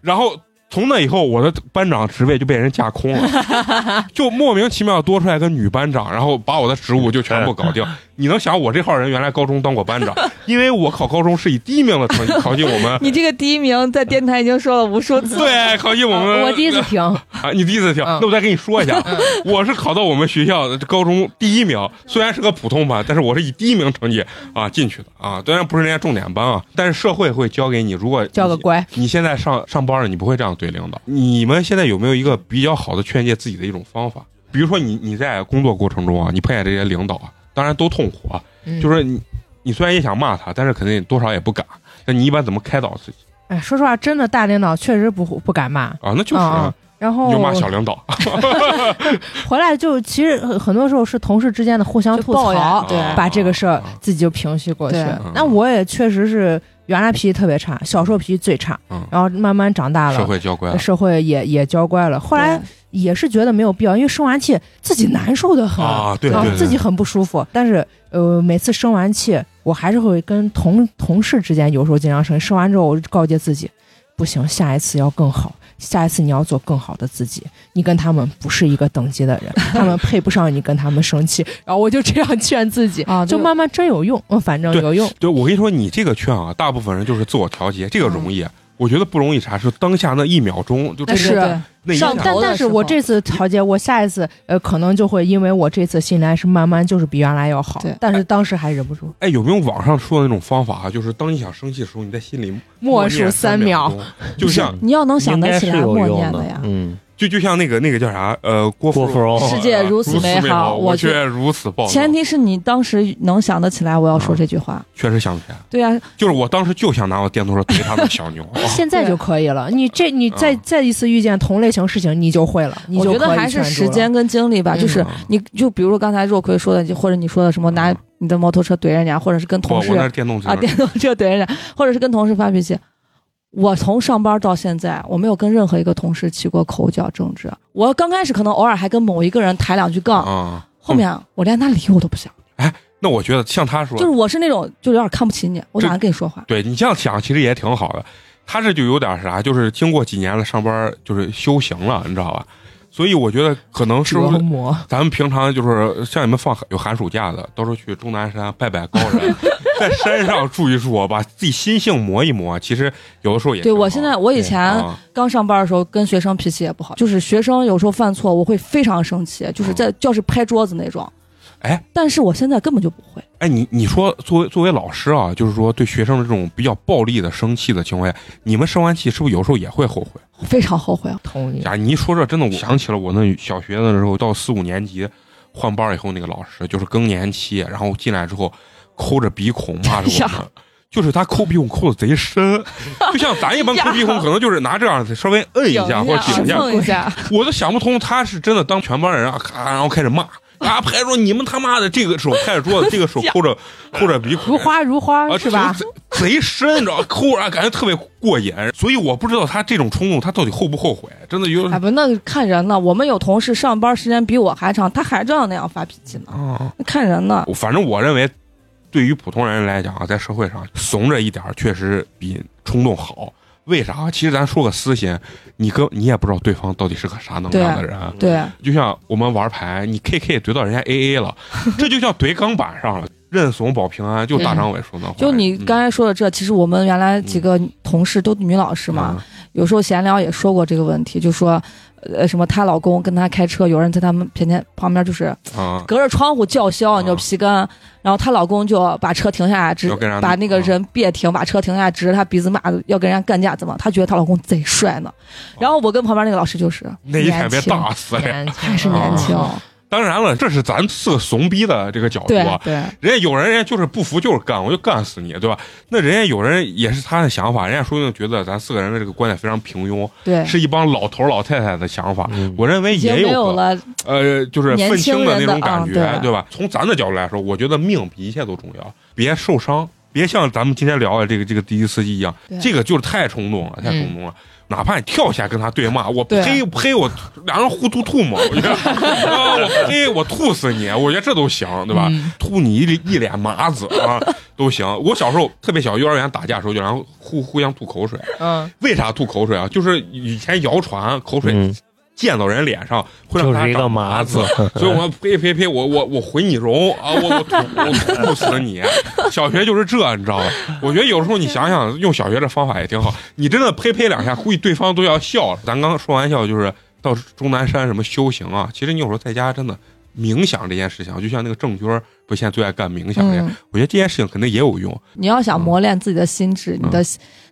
然后。从那以后，我的班长职位就被人架空了， 就莫名其妙多出来个女班长，然后把我的职务就全部搞定。你能想我这号人原来高中当过班长，因为我考高中是以第一名的成绩考进我 们
你这个第一名在电台已经说了无数次。
对，考进我们。
我第一次听，
啊，你第一次听，
嗯
那我再跟你说一下，啊 我是考到我们学校的高中第一名，虽然是个普通班，但是我是以第一名成绩啊进去的啊，当然不是人家重点班啊，但是社会会教给你，如果
叫个
你
乖。
你现在上上班了，你不会这样对领导。你们现在有没有一个比较好的劝诫自己的一种方法？比如说你你在工作过程中啊，你碰见这些领导啊，当然都痛苦啊，
嗯
就是你你虽然也想骂他，但是肯定多少也不敢。那你一般怎么开导自己
哎，说实话，真的大领导确实不不敢骂，
啊？那就是、
嗯嗯
啊，
然后
你就骂小领
哦
导，
回来就其实很很多时候是同事之间的互相
就
吐
抱
槽
怨，对
啊
把这个事儿
啊
自己就平息过去
对。
那我也确实是原来脾气特别差，小时候脾气最差
嗯，
然后慢慢长大
社
了，
会教官啊
社会也也教乖了。后来也是觉得没有必要，因为生完气自己难受的很，
啊，对
然
对
后
对，
自己很不舒服。但是呃，每次生完气，我还是会跟同同事之间有时候经常生，生完之后我就告诫自己，不行，下一次要更好，下一次你要做更好的自己。你跟他们不是一个等级的 人，他们配不上你跟他们生气。然后我就这样劝 自己，
啊，
就
对
慢慢真有用，嗯，反正
对
有用。
对，我跟你说，你这个劝啊，大部分人就是自我调节，这个容易。我觉得不容易查，是当下那一秒钟就
那
是
是
那一下子
上头
但
的
但
时
是
候
我这次调节，我下一次呃可能就会因为我这次心理暗示慢慢就是比原来要好
对，
但是当时还忍不住
哎，有没有网上说的那种方法啊？就是当你想生气的时候，你在心里
默
念
数三秒
钟，就 像
你要能想
应
得
该
起
是
来
有
默
用
念呀。
嗯，
就就像那个那个叫啥呃郭
郭芙
芙哦
蓉
世界如
如
此
美
美好我
我
却
却如此暴躁。
前提是你当时能想得起来，我要
嗯
说这句话。
确实想不起来，
对啊，
就是我当时就想拿我电动车怼他那小牛。哦
现在就可以了。你这你再
嗯
再一次遇见同类型事情，你就会了，你
我
就
觉得
可以
还是
劝住
时
了
间跟精力吧，
嗯
就是
啊
你就比如说刚才若葵说的，就或者你说的什么拿
嗯
你的摩托车怼人家，或者是跟
我
同事
我那是电动车
啊，电动车怼人家，或者是跟同事发脾气。我从上班到现在，我没有跟任何一个同事起过口角争执。我刚开始可能偶尔还跟某一个人抬两句杠，
啊。
后面我连他理我都不想。
那我觉得像他说
就是，我是那种就有点看不起你，我
这
懒得跟你说话。
对你这样想其实也挺好的。他这就有点啥，就是经过几年的上班就是修行了，你知道吧？所以我觉得可能是
折
不是
磨。
咱们平常就是像你们放有寒暑假的，到时候去终南山拜拜高人， 在山上住一住，把自己心性磨一磨。其实有的时候也
对
挺
我
好
现在，我以前
啊
刚上班的时候跟学生脾气也不好，就是学生有时候犯错，我会非常生气，就是在教室拍桌子那种。
嗯哎，
但是我现在根本就不会。
哎，你你说作为作为老师啊，就是说对学生的这种比较暴力的生气的情况下，你们生完气是不是有时候也会后悔？
非常后悔啊，
同意。
呀，你一说这，真的我嗯想起了我那小学的时候，到四五年级换班以后，那个老师就是更年期，然后进来之后抠着鼻孔骂着我们。 就是他抠鼻孔抠的贼深，就像咱一般抠鼻孔，可能就是拿这样子稍微摁一下或者顶一下，
碰一下，
我都想不通，他是真的当全班人啊，咔，然后开始骂，啊，拍桌，你们他妈的这个手拍着桌子，这个手抠 着抠着鼻孔，
如花如花、
啊，
是吧？
贼贼深，你知道，抠啊，感觉特别过瘾。所以我不知道他这种冲动，他到底后不后悔，真的有
哎不，那看人呢。我们有同事上班时间比我还长，他还这样那样发脾气呢，
啊。
那看人呢。
我反正我认为，对于普通人来讲啊，在社会上怂着一点儿确实比冲动好。为啥？其实咱说个私心，你跟你也不知道对方到底是个啥能量的人。啊
对，
就像我们玩牌，你 K K 怼到人家 A A 了，这就叫怼钢板上了。认怂保平安，就大张伟说那话。嗯
就你刚才说的这，其实我们原来几个同事都女老师
是
嘛，？有时候闲聊也说过这个问题，就说，呃，什么她老公跟她开车，有人在他们偏前旁边就是
啊，
隔着窗户叫嚣，
啊
你知道皮杆，然后她老公就把车停下来，直
要跟人家
把那个
啊
人别停，把车停下来，指着她鼻子骂，要跟人家干架，怎么？她觉得她老公贼帅呢。然后我跟旁边那个老师就是
啊那一天别
年轻
打死了。
还
还是年轻，
当然了，这是咱四个怂逼的这个角度
对
啊。
对。
人家有人，人家就是不服，就是干，我就干死你，对吧？那人家有人也是他的想法，人家说不定觉得咱四个人的这个观点非常平庸，
对，
是一帮老头老太太的想法。
嗯
啊我认为
已经
也
没
有
有
个
了，
呃，就是愤青的那种感
年轻人
觉，
的啊对
对吧？从咱的角度来说，我觉得命比一切都重要，别受伤，别像咱们今天聊的这个这个滴滴司机一样
对，嗯
这个就是太冲动了，太冲动了。哪怕你跳下跟他对骂，我
对啊
呸呸，我两人互吐吐沫，我觉 得啊，我呸，我吐死你，我觉得这都行，对吧？
嗯
吐你一一脸麻子啊，都行。我小时候特别小，幼儿园打架的时候就然后互互相吐口水，
嗯，
为啥吐口水啊？就是以前谣传口水
嗯，
溅到人脸上会让
就
他
是一个
长
麻
子
子，
所以我呸呸呸，我我我回你容啊，我我吐我吐死 你！小学就是这，你知道吧？我觉得有时候你想想，用小学这方法也挺好。你真的呸呸两下，估计对方都要笑了。咱刚刚说玩笑就是到终南山什么修行啊，其实你有时候在家真的冥想这件事情啊，就像那个郑钧儿不现在最爱干冥想这件，
嗯，
我觉得这件事情肯定也有用。
你要想磨练自己的心智，你的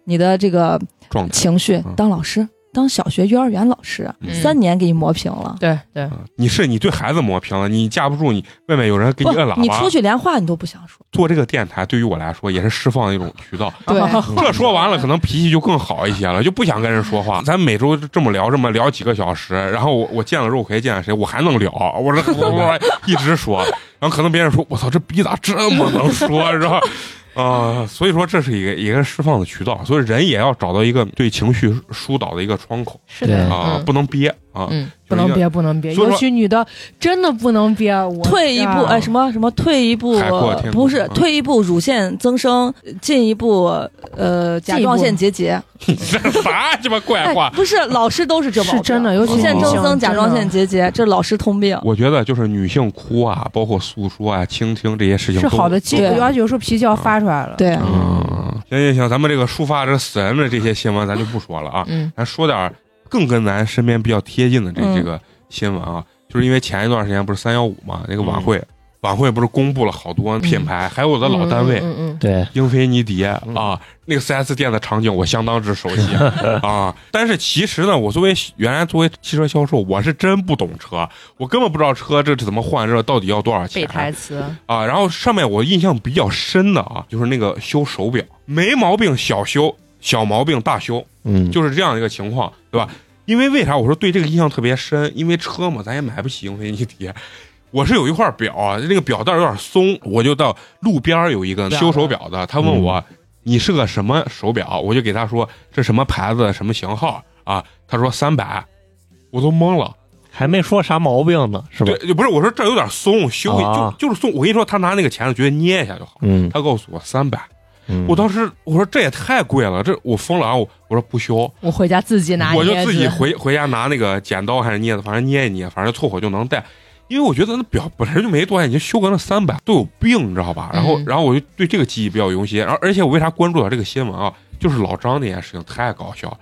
你的这个
状态，
情绪
嗯，
当老师，当小学、幼儿园老师，
嗯
三年给你磨平了。
对对，
啊你是你对孩子磨平了，你架不住你外面有人给
不
你摁喇叭，，
你出去连话你都不想 说。
做这个电台对于我来说也是释放的一种渠道。
对，
这说完了，可能脾气就更好一些了，就不想跟人说话。咱每周这么聊，这么聊几个小时，然后我我见了肉葵，见了谁，我还能聊，我这 我我一直说，然后可能别人说，我操，这逼咋这么能说，是吧？ 啊、所以说这是一个一个释放的渠道，所以人也要找到一个对情绪疏导的一个窗口
是
对
的，
啊、
嗯
不能憋啊，
嗯，
就
不
是一
能
个
憋，不能憋，
所以
尤
说
其女的真的不能憋。我
退一步，
天啊
哎，什么什么，退一步
海阔天，空
不是
嗯
退一步，乳腺增生，进一步，呃，甲状腺结节。
这 啥鸡巴怪话
哎，？不是，老师都是这毛病
是真的尤其
乳腺
女
增
性
生、甲
真
状
的
腺结节，这老师通病。
我觉得就是女性哭啊，包括诉说啊、倾听这些事情
是好的
都
基础，
对
啊
而且有时候脾气要发出来了。
对，
嗯，行行行，咱们这个抒发这死人的这些新闻咱就不说了啊，
嗯
咱说点儿更跟咱身边比较贴近的这、
嗯
这个新闻啊，就是因为前一段时间不是三幺五嘛，那个晚
嗯
会、晚会不是公布了好多品牌，还有我的老单位。
嗯嗯
对，
英菲尼迪啊
嗯，
那个 4S 店的场景我相当之熟悉啊。但是其实呢，我作为原来作为汽车销售，我是真不懂车，我根本不知道车这怎么换热，到底要多少钱
背台词，
啊。然后上面我印象比较深的啊，就是那个修手表，没毛病小修，小毛病大修，
嗯，
就是这样一个情况，对吧？因为为啥我说对这个印象特别深？因为车嘛，咱也买不起英菲尼迪。我是有一块表啊，那个表带有点松，我就到路边儿有一个修手表的，他问
嗯
我、你是个什么手表，我就给他说这什么牌子、什么型号啊，他说三百，我都懵了。
还没说啥毛病呢，是吧
对？，就不是我说这有点松，修一、
啊
就就是松。我跟你说，他拿那个钳子觉得捏一下就好，
嗯，
他告诉我三百，
嗯
我当时我说这也太贵了，这我疯了啊！我我说不修，
我回家自己拿
我就
镊
自己
子
回回家拿那个剪刀还是镊子，反正捏一捏，反正凑合就能戴。因为我觉得那表本身就没多少钱，你就修个那三百都有病，你知道吧？然后，
嗯
然后我就对这个记忆比较犹新。然后，而且我为啥关注到这个新闻啊？就是老张那件事情太搞笑了。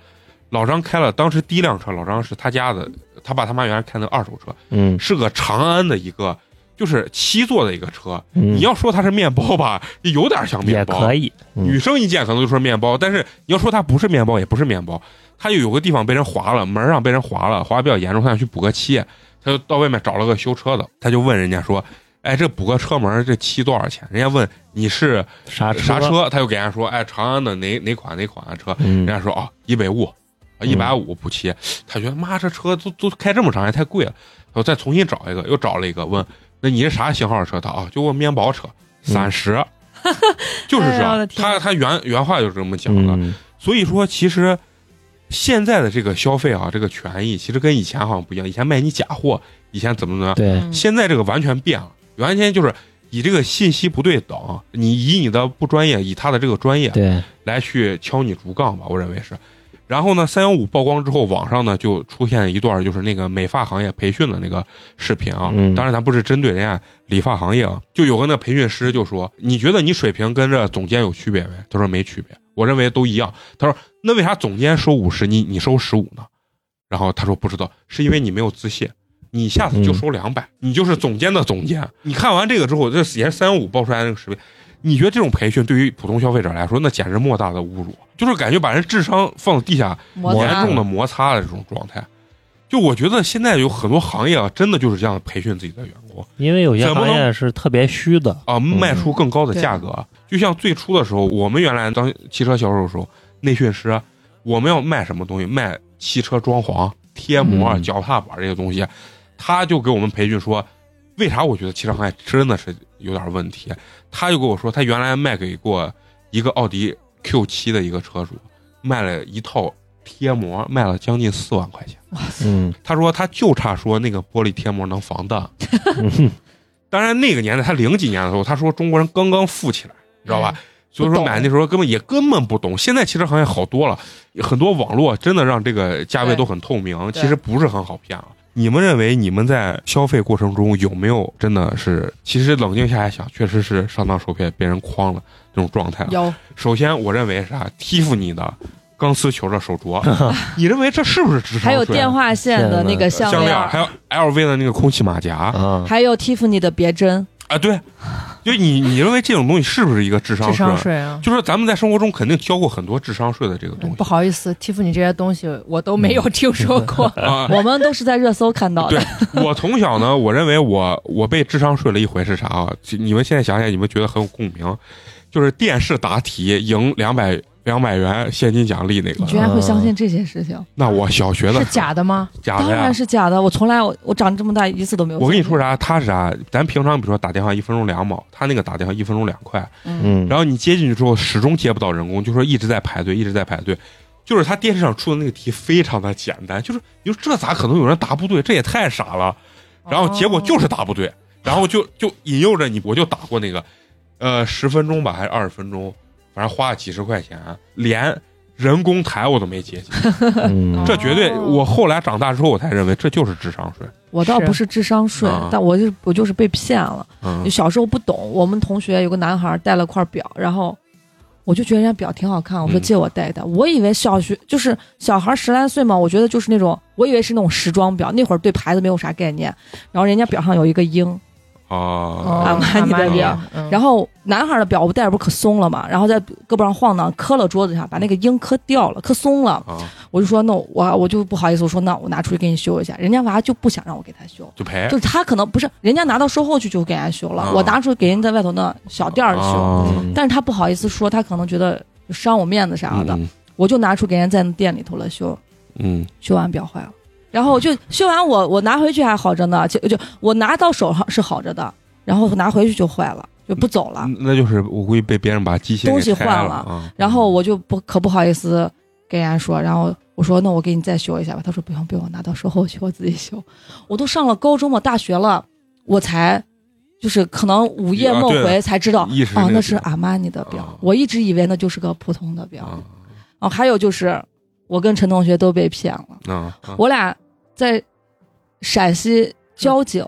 老张开了当时第一辆车，老张是他家的，他爸他妈原来开的二手车，
嗯，
是个长安的一个，就是七座的一个车。
你
你要说它是面包吧，有点像面
嗯也
包，呃
可以，嗯
女生一见可能就说面包，但是你要说它不是面包，也不是面包，它有个地方被人划了，门上被人划了，划得比较严重，他想去补个漆，他就到外面找了个修车的，他就问人家说：“哎，这补个车门这漆多少钱？”人家问你是
啥
啥？车，他就给人家说：“哎，长安的哪哪款哪款的车。”人，
嗯
家说：“啊，一百五，啊一百五补漆。”他觉得妈这车都都开这么长，也太贵了。我再重新找一个，又找了一个，问：“那你是啥型号的车？”他啊，就问面包车，三十、 就是这
哎呀我
样
的。天
他他原原话就是这么讲的。
嗯，
所以说，其实现在的这个消费啊，这个权益其实跟以前好像不一样。以前卖你假货，以前怎么怎么样，
对，
嗯
现在这个完全变了。原先就是以这个信息不对等，你以你的不专业，以他的这个专业
对，
来去敲你竹杠吧，我认为是。然后呢，三幺五曝光之后，网上呢就出现一段就是那个美发行业培训的那个视频啊。
嗯
当然，咱不是针对人家理发行业啊，就有个那培训师就说：“你觉得你水平跟这总监有区别没？”他说：“没区别，我认为都一样。”他说：“那为啥总监收五十，你你收十五呢？”然后他说：“不知道，是因为你没有自信。”你下次就收两百、
嗯
你就是总监的总监。你看完这个之后，这也是三幺五爆出来那个视频，你觉得这种培训对于普通消费者来说，那简直莫大的侮辱，就是感觉把人智商放地下，
摩
严
擦
重的摩擦的这种状态。就我觉得现在有很多行业啊，真的就是这样培训自己的员工
因为有些
怎么
行
能
业是特别虚的，
啊，卖出更高的
对
价格。啊就像最初的时候，我们原来当汽车销售的时候，内训师我们要卖什么东西？卖汽车装潢、贴膜、啊
嗯
脚踏板这些东西，他就给我们培训说，为啥我觉得汽车行业真的是有点问题？他就跟我说，他原来卖给过一个奥迪 Q 7的一个车主，卖了一套贴膜，卖了将近四万块钱。
嗯，
他说他就差说那个玻璃贴膜能防 弹。当然那个年代，他零几年的时候，他说中国人刚刚富起来，你知道
哎
吧？所以
不
说
懂
买那时候根本也根本不懂。现在汽车行业好多了，很多网络真的让这个价位
对
都很透明，
对
其实不是很好骗啊。你们认为你们在消费过程中有没有真的是，其实冷静下来想，确实是上当受骗，被人诓了这种状
嗯
态啊？
有
首先，我认为是啊啥，蒂芙尼的钢丝球的手 镯，你认为这是不是智商税啊？
还有电话线的那个呃项
项链
链
儿，还
儿，
有 LV 的那个空气马甲啊
啊，
还有 Tiffany 的别针，
对，就你你认为这种东西是不是一个智商
智
税？
商税啊。嗯
就是咱们在生活中肯定交过很多智商税的这个东
不
西
好意思，蒂芙尼这些东西我都没有听 说过。
啊。
我们都是在热搜看到
对
的。，
我从小呢，我认为我我被智商税了一回是啥啊？就你们现在想想，你们觉得很有共鸣，就是电视答题赢两百两百元现金奖励那
你
个。
居然会相信这些事情？
那我小学的
是假的吗？
假
当
的呀
然。是假的，我从来我我长这么大一次都没有。
我跟你说，啥，他是啥？咱平常比如说打电话一分钟两毛，他那个打电话一分钟两块，
嗯，
然后你接进去之后始终接不到人工，就说一直在排队，一直在排队。就是他电视上出的那个题非常的简单，就是你说这咋可能有人答不对？这也太傻了。然后结果就是答不对，然后就就引诱着你，我就打过那个，呃，十分钟吧还是二十分钟，反正花了几十块钱，连人工台我都没接进。
嗯
这绝对，我后来长大之后我才认为这就是智商税。
我倒不是智商税
啊，
但我就我就是被骗了。
嗯
就，小时候不懂，我们同学有个男孩戴了块表，然后我就觉得人家表挺好看，我说
嗯
借我戴一戴。我以为小学就是小孩十来岁嘛，我觉得就是那种，我以为是那种时装表，那会儿对牌子没有啥概念。然后人家表上有一个鹰，
啊，
玛尼的表，
嗯
然后男孩的表我戴着不是可松了嘛，然后在胳膊上晃荡，磕了桌子上，把那个鹰磕掉了，磕松了。
啊，
我就说那我我就不好意思，我说那我拿出去给你修一下。人家娃就不想让我给他修，
就赔
就是他可能不是人家拿到售后去就给人家修了，
哎啊
我拿出去给人在外头那小店儿修，
啊
但是他不好意思说，他可能觉得伤我面子啥的，
嗯
我就拿出给人家在店里头了修，
嗯，
修完表坏了，然后我就修完我我拿回去还好着呢，就就我拿到手上是好着的，然后拿回去就坏了，就不走了，
嗯那就是我估计被别人把机械
东
给
西
拆
换
了
了
啊，
然后我就不可不好意思跟人家说，然后我说那我给你再修一下吧，他说不用不用，我拿到售后去我自己修，我都上了高中了大学了，我才就是可能午夜
啊
梦
对
回才知道
意识
哦
那，个
那
是
是阿玛尼的表
啊，
我一直以为那就是个普通的表。
啊
哦，还有就是我跟陈同学都被骗了，
啊，啊
我俩在陕西交警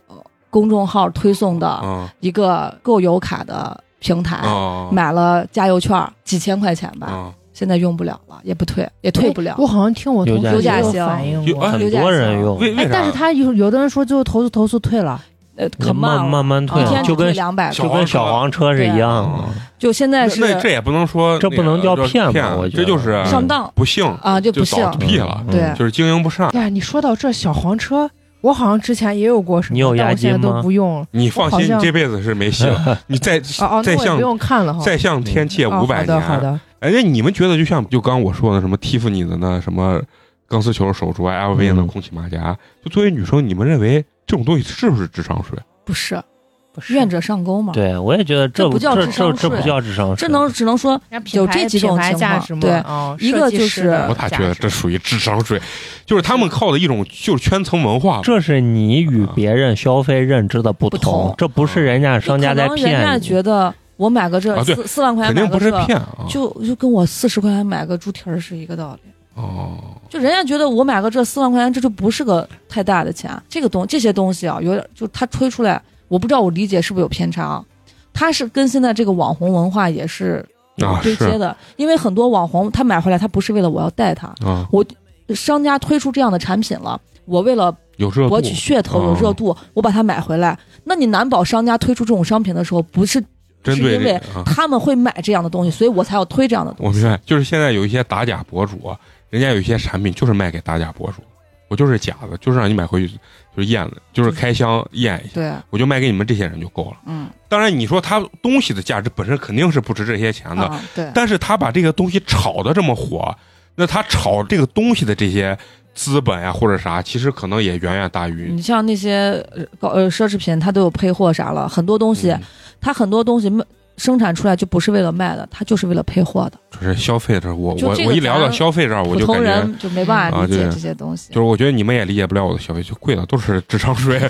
公众号推送的
啊
一个购油卡的平台。
啊
买了加油券，几千块钱吧，
啊，
现在用不了了，也不退，也退不了
哎。我好像听我同
有
学
假
也有
行
反映
有
过，
啊
刘
很
家
多
祥
人用，
为为
哎
啥？
但是他有有的人说最后投诉投诉退了，
呃，可慢
慢
了，
慢慢退
一
了，
天
就
只退
跟
两百，
小
就跟小黄车是一样的
嗯
啊。
就现在是
那这也不能说
这不能叫骗
骗
吧我觉得
这就是
嗯
上当
不幸，
啊，就不
就
信
早屁了
嗯
对
就是经营不善。
哎呀，你说到这小黄车，我好像之前也有过什么，
你有
但
押
我
金
现在
吗
都不用了。
你放
我好
心，
像
你这辈子是没戏 了。你再
哦哦，
再
那我也
向
不用看了哈。
再向天借
哦
五百
好的好
年，
的，
哎，那你们觉得就像就刚我说的什么蒂芙尼的那什么钢丝球手镯、LV 的
嗯
空气马甲，就作为女生，你们认为这种东西是不是智商税？
不是愿者上钩嘛？
对，我也觉得这
这不叫
这
智商
这这不
税
叫智商税，
这能只能说有这几种
品牌
情
价
况
值嘛，
对
哦
一个
设计
就
师
是
的
我咋觉得
价值
这属于智商税？就是他们靠的一种就是圈层文化吧。
这是你与别人消费认知的不
不同
这不是人家商家在
可能人家
骗你。
觉得我买个这
啊对
四四万块
肯
钱买
定不
个
是
这，
骗啊！
就就跟我四十块钱买个猪蹄儿是一个道理。
哦，
就人家觉得我买个这四万块钱，这就不是个太大的钱。这个东这些东西啊，有点就它吹出来，我不知道我理解是不是有偏差啊。它是跟现在这个网红文化也是
啊
对接
是
的，因为很多网红他买回来，他不是为了我要戴它，
啊，
商家推出这样的产品了，我为了
有热度
博取噱头有
哦
热度，我把它买回来。那你难保商家推出这种商品的时候，不是
针
是
对
因
这
为
个啊，
他们会买这样的东西，所以我才要推这样的
我
东
明
西。
白，就是现在有一些打假博主啊，人家有一些产品就是卖给打假博主，我就是假的，就是让你买回去就是验的，就是开箱验一下，
对，
我就卖给你们这些人就够了。
嗯，
当然，你说他东西的价值本身肯定是不值这些钱的，
啊，对，
但是他把这个东西炒的这么火，那他炒这个东西的这些资本呀、或者啥，其实可能也远远大于
你像那些呃高呃奢侈品，它都有配货啥了，很多东西，
嗯
它很多东西卖生产出来就不是为了卖的，它就是为了配货的。
就是消费这儿，我
就
我
这个
我一聊到
咱
消费这儿，哦我
普
就
通
感觉
人就没办法理
啊
解
对
这些东西。
就是我觉得你们也理解不了我的消费，就贵了都是智商 税。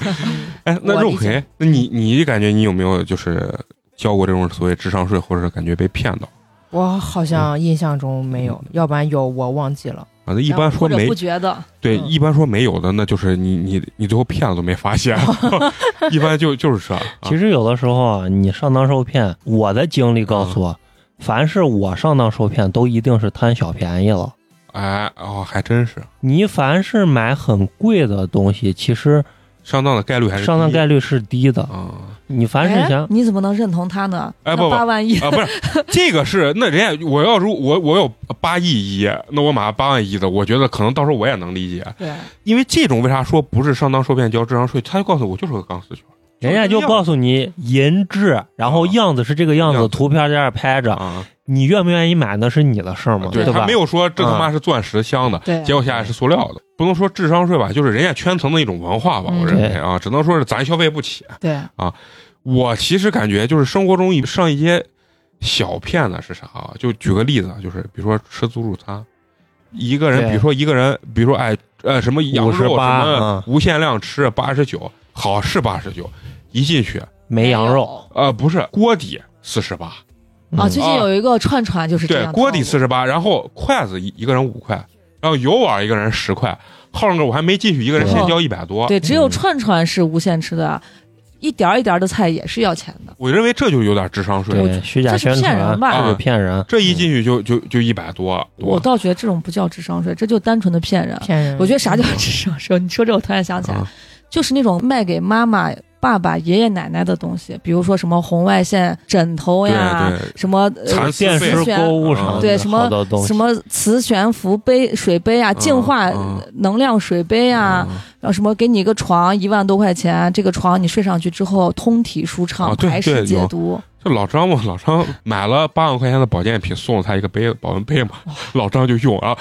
哎，那
我
肉
理解
魁，那你你感觉你有没有就是交过这种所谓智商税，或者是感觉被骗到
我好
嗯
像印象中没有，要不然有我忘记了。
啊？那一般说
或者
没
不觉得，
对，
嗯
一般说没有的，那就是你你你最后骗了都没发 现， 一般就就是这。啊
其实有的时候啊，你上当受骗，我的经历告诉我，凡是我上当受骗，都一定是贪小便宜了。
哎哦，还真是
你凡是买很贵的东西，其实
上当的概率还是
上当概
率
率是低的。
啊
你凡是想
哎，你怎么能认同他呢？
哎
那
不不
八万一
啊，不 是这个是那人家我要如我我有八亿一，那我买八万一的，我觉得可能到时候我也能理解，
对，
因为这种为啥说不是上当受骗交智商税？他就告诉我就是个钢丝球。
人家就告诉你银质，然后
啊
样子是这个样
样
子，
子
图片在这儿拍着，
啊，
你愿不愿意买那是你的事儿嘛，
对
吧嗯
他没？有说这他妈是钻石镶的，
对
结果下来是塑料的，不能说智商税吧，就是人家圈层的一种文化吧，
嗯
我认为
对
啊，只能说是咱消费不起。
对
啊，我其实感觉就是生活中一上一些小骗子是啥啊？就举个例子啊，就是比如说吃自助餐，一个人，
对
比如说一个人，比如说哎呃什么羊肉什
58
么
嗯
无限量吃八十九，好是八十九，一进去
没羊肉
呃不是锅底四十八。
啊！
嗯
最近有一个串串就是这
对
样，，
锅底四十八，然后筷子一一个人五块，然后油碗一个人十块，浩浪哥我还没进去，一个人先交一百多。
对，只有
嗯
串串是无限吃的，一点儿一点儿的菜也是要钱的。
我认为这就有点智商税。
对，虚假
这是
宣
骗人
传，
吧
这是骗人。
啊这一进去就就就一百多，
我倒觉得这种不叫智商税，这就单纯的骗人。
骗
嗯
人。
我觉得啥叫智商税？你说这我突然想起来，
啊
就是那种卖给妈妈、爸爸、爷爷奶奶的东西，比如说什么红外线枕头
对
呀，
对，
什么
蚕
呃
丝
嗯电
费
视购物
啊
上
对
的
什么
好多东西
什么磁悬浮杯、水杯啊，净化
嗯
能量水杯啊，
嗯
然后什么给你一个床一万多块钱，这个床你睡上去之后通体舒
啊
畅，
对
排
对
湿解
有
毒。
这老张嘛，老张买了八万块钱的保健品，送了他一个杯保温杯嘛，
哦
老张就用，然后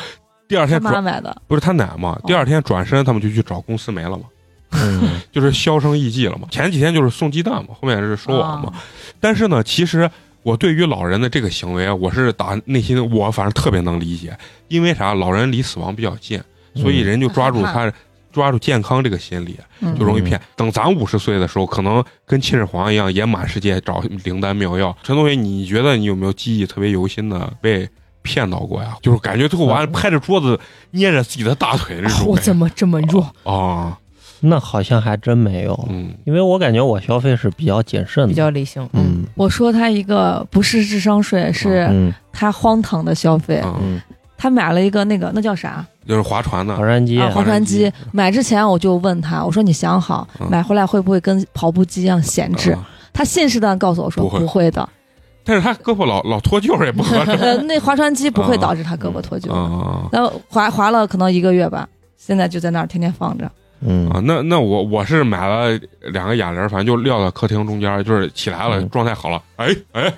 第二
他
天
妈
转
买的，
不是他奶嘛，
哦
第二天转身他们就去找公司没了嘛，
嗯
就是销声匿迹了嘛。前几天就是送鸡蛋嘛，后面是收网嘛。
啊
但是呢，其实我对于老人的这个行为，啊我是打内心我反正特别能理解，因为啥？老人离死亡比较近，所以人就抓住他。抓住健康这个心理
嗯
就容易骗。等咱五十岁的时候，可能跟秦始皇一样，也满世界找灵丹妙药。陈同学，你觉得你有没有记忆特别犹新的被骗到过呀？就是感觉最后完了拍着桌子捏着自己的大腿这种感觉。
我怎么这么弱？
啊？
那好像还真没有，
嗯，
因为我感觉我消费是比较谨慎
比
的。
较理性，嗯，
嗯
我说他一个不是智商税，是
嗯
他荒唐的消费。
啊
嗯，
他买了一个那个那叫啥？
就是划船的
划，船机
啊，划船
划
机
船。
买之前我就问他，我说你想好
嗯
买回来会不会跟跑步机一样闲置？
啊
他信誓旦旦告诉我说
不会
不会 的，
但是他胳膊老老脱臼也不合适
呃，那划船机不会
嗯
导致他胳膊脱臼的。
啊
然后划划了可能一个月吧，现在就在那儿天天放着。
啊！
嗯，
那那我我是买了两个哑铃，反正就撂到客厅中间，就是起来了，
嗯
状态好了，哎哎，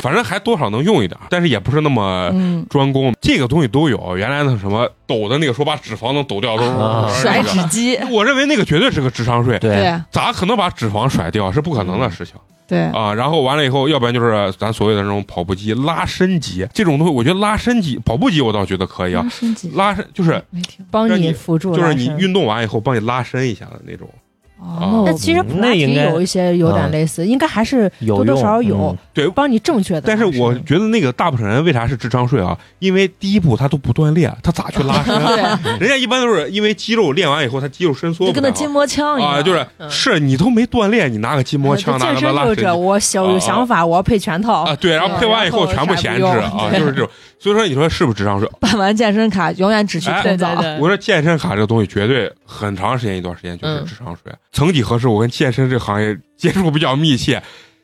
反正还多少能用一点，但是也不是那么。
嗯，
专攻这个东西都有，原来那什么抖的那个说把脂肪能抖掉都
啊
是
甩脂机，
我认为那个绝对是个智商税，
对，
对
咋可能把脂肪甩掉？是不可能的事情。
对，
啊，然后完了以后，要不然就是咱所谓的那种跑步机拉伸机这种东西，我觉得拉伸机、跑步机我倒觉得可以啊，
升级
拉伸就是
没听
嗯帮
让你
辅助
就是
拉
你
伸
运动完以后帮你拉伸一下的那种
哦
那
哦
其实普拉
那应
提
该
有一些有
啊
点类似，应该还是
有
多多
用
少少有
嗯
对。
帮你正确的拉
但
伸。
是我觉得那个大部分人为啥是智商税啊？因为第一步他都不锻炼，他咋去拉伸？啊人家一般都是因为肌肉练完以后，他肌肉伸缩
就
不
跟
太
那
好
筋膜枪一样，
啊，就是
嗯
是你都没锻炼，你拿个筋膜
呃
枪，拿
健
个他
身
妈拉
就
伸
是这，
机
我想有想法，我要配全套
啊，。对，然后
对
配完以后
然
全
后
部
啥
闲
也
置
不用
啊，
对
就是这种。所以说，你说是不是智商税？
办完健身卡永远只去
哎
泡澡。
我说健身卡这个东西绝对很长时间一段时间就是
嗯
智商税。曾几何时，我跟健身这个行业接触比较密切，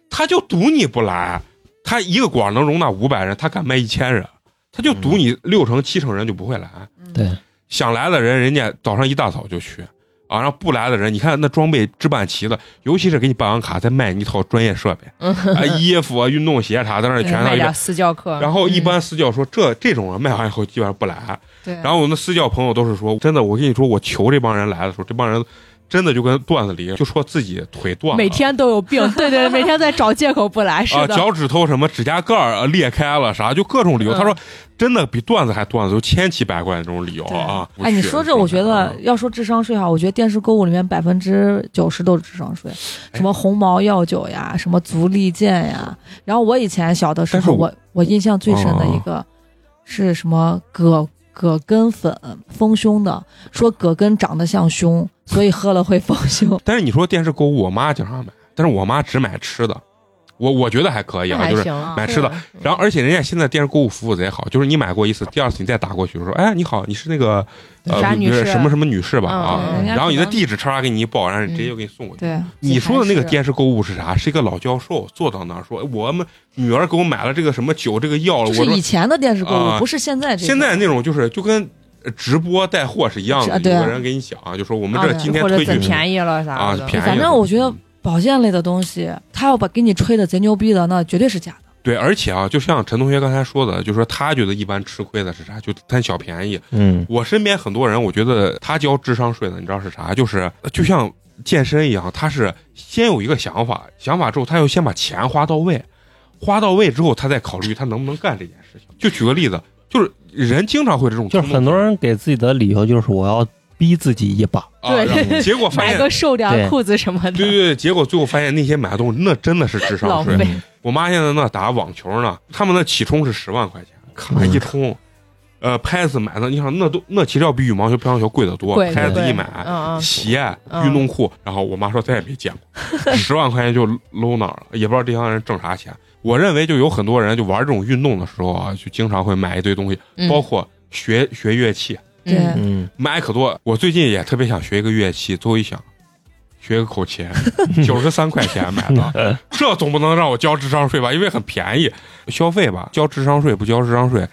他就赌你不来，他一个馆能容纳五百人，他敢卖一千人，他就
嗯
赌你六成七成人就不会来。
嗯
对，
想来的人，人家早上一大早就去。啊，然后不来的人，你看那装备置办齐了，尤其是给你办完卡，再卖你一套专业设备，啊，衣服啊、运动鞋啥的，在那儿全套
嗯 卖
一
点
百。
私教
啊
课，
然后一般私教说，这这种人卖完以后基本上不来，
对，
然后我们私教朋友都是说，真的，我跟你说，我求这帮人来的时候，这帮人真的就跟段子里就说自己腿断了，
每天都有病，对对，对每天在找借口不来，是
啊
的，
脚趾头什么指甲盖儿啊裂开了啥，就各种理由。
嗯
他说，真的比段子还段子，有千奇百怪的这种理由啊。不
哎，你
去
说这，
不
我
去啊
觉得要说智商税哈，我觉得电视购物里面百分之九十都是智商税，
哎
什么红毛药酒呀，什么足力健呀。然后我以前小的时
但是
候，
我哦。
我我印象最深的一个是什么葛葛根粉丰胸的，说葛根长得像胸，所以喝了会丰胸
但是你说电视购物，我妈经常买，但是我妈只买吃的，我我觉得还可以
嗯那
啊，
还
就是。
行。嗯
买吃的，然后而且人家现在电视购物服务贼好，就是你买过一次，第二次你再打过去说，哎，你好，你是那个
啥
呃
女士
什么什么女士吧啊，
嗯人
家
然后你
可
的
能
地址叉叉给你一报，然后直接就给你送过去。
嗯对，
你说的那个
还是
电视购物是啥？是一个老教授坐到那儿说：“我们女儿给我买了这个什么酒，这个药了。”
就
我
是
说
以前的电视购
啊
物，不是现在这个。
现在那种就是就跟呃直播带货是一样的，
是对啊
有个人给你讲，就说我们
啊
这今天
或者
推
怎
举
便宜了
啊
啥的，
便宜了。
反正我觉得保健类的东西，他要把给你吹的贼牛逼的，那绝对是假的。
对，而且啊，就像陈同学刚才说的，就说他觉得一般吃亏的是啥？就贪小便宜。
嗯
我身边很多人，我觉得他交智商税的，你知道是啥？就是呃就像健身一样，他是先有一个想法，想法之后他要先把钱花到位，花到位之后他再考虑他能不能干这件事情。就举个例子，就是人经常会这种冲
就
动
是
性，
很多人给自己的理由就是我要逼自己一把，
啊，然 后结果发
买
现，
个瘦点
对
儿裤子什么
对对
的，
对，结果最后发现那些买的东西那真的是智商
浪
税
费。
嗯
我妈现在那打网球呢，他们那起冲是十万块钱，咔
嗯
一冲，呃，拍子买的，你想那都那起码比羽毛球、乒乓球贵得多
贵，
拍子
对
一买，
嗯嗯，
鞋、
嗯
运动裤，然后我妈说再也没见过，十万块钱就搂那儿了，也不知道这帮人挣啥钱。我认为就有很多人就玩这种运动的时候啊，就经常会买一堆东西，
嗯
包括学学乐器，
对
嗯
嗯，
买可多。我最近也特别想学一个乐器，最后一想，学个口琴，九十三块钱买的，这总不能让我交智商税吧？因为很便宜，消费吧，交智商税不交智商税，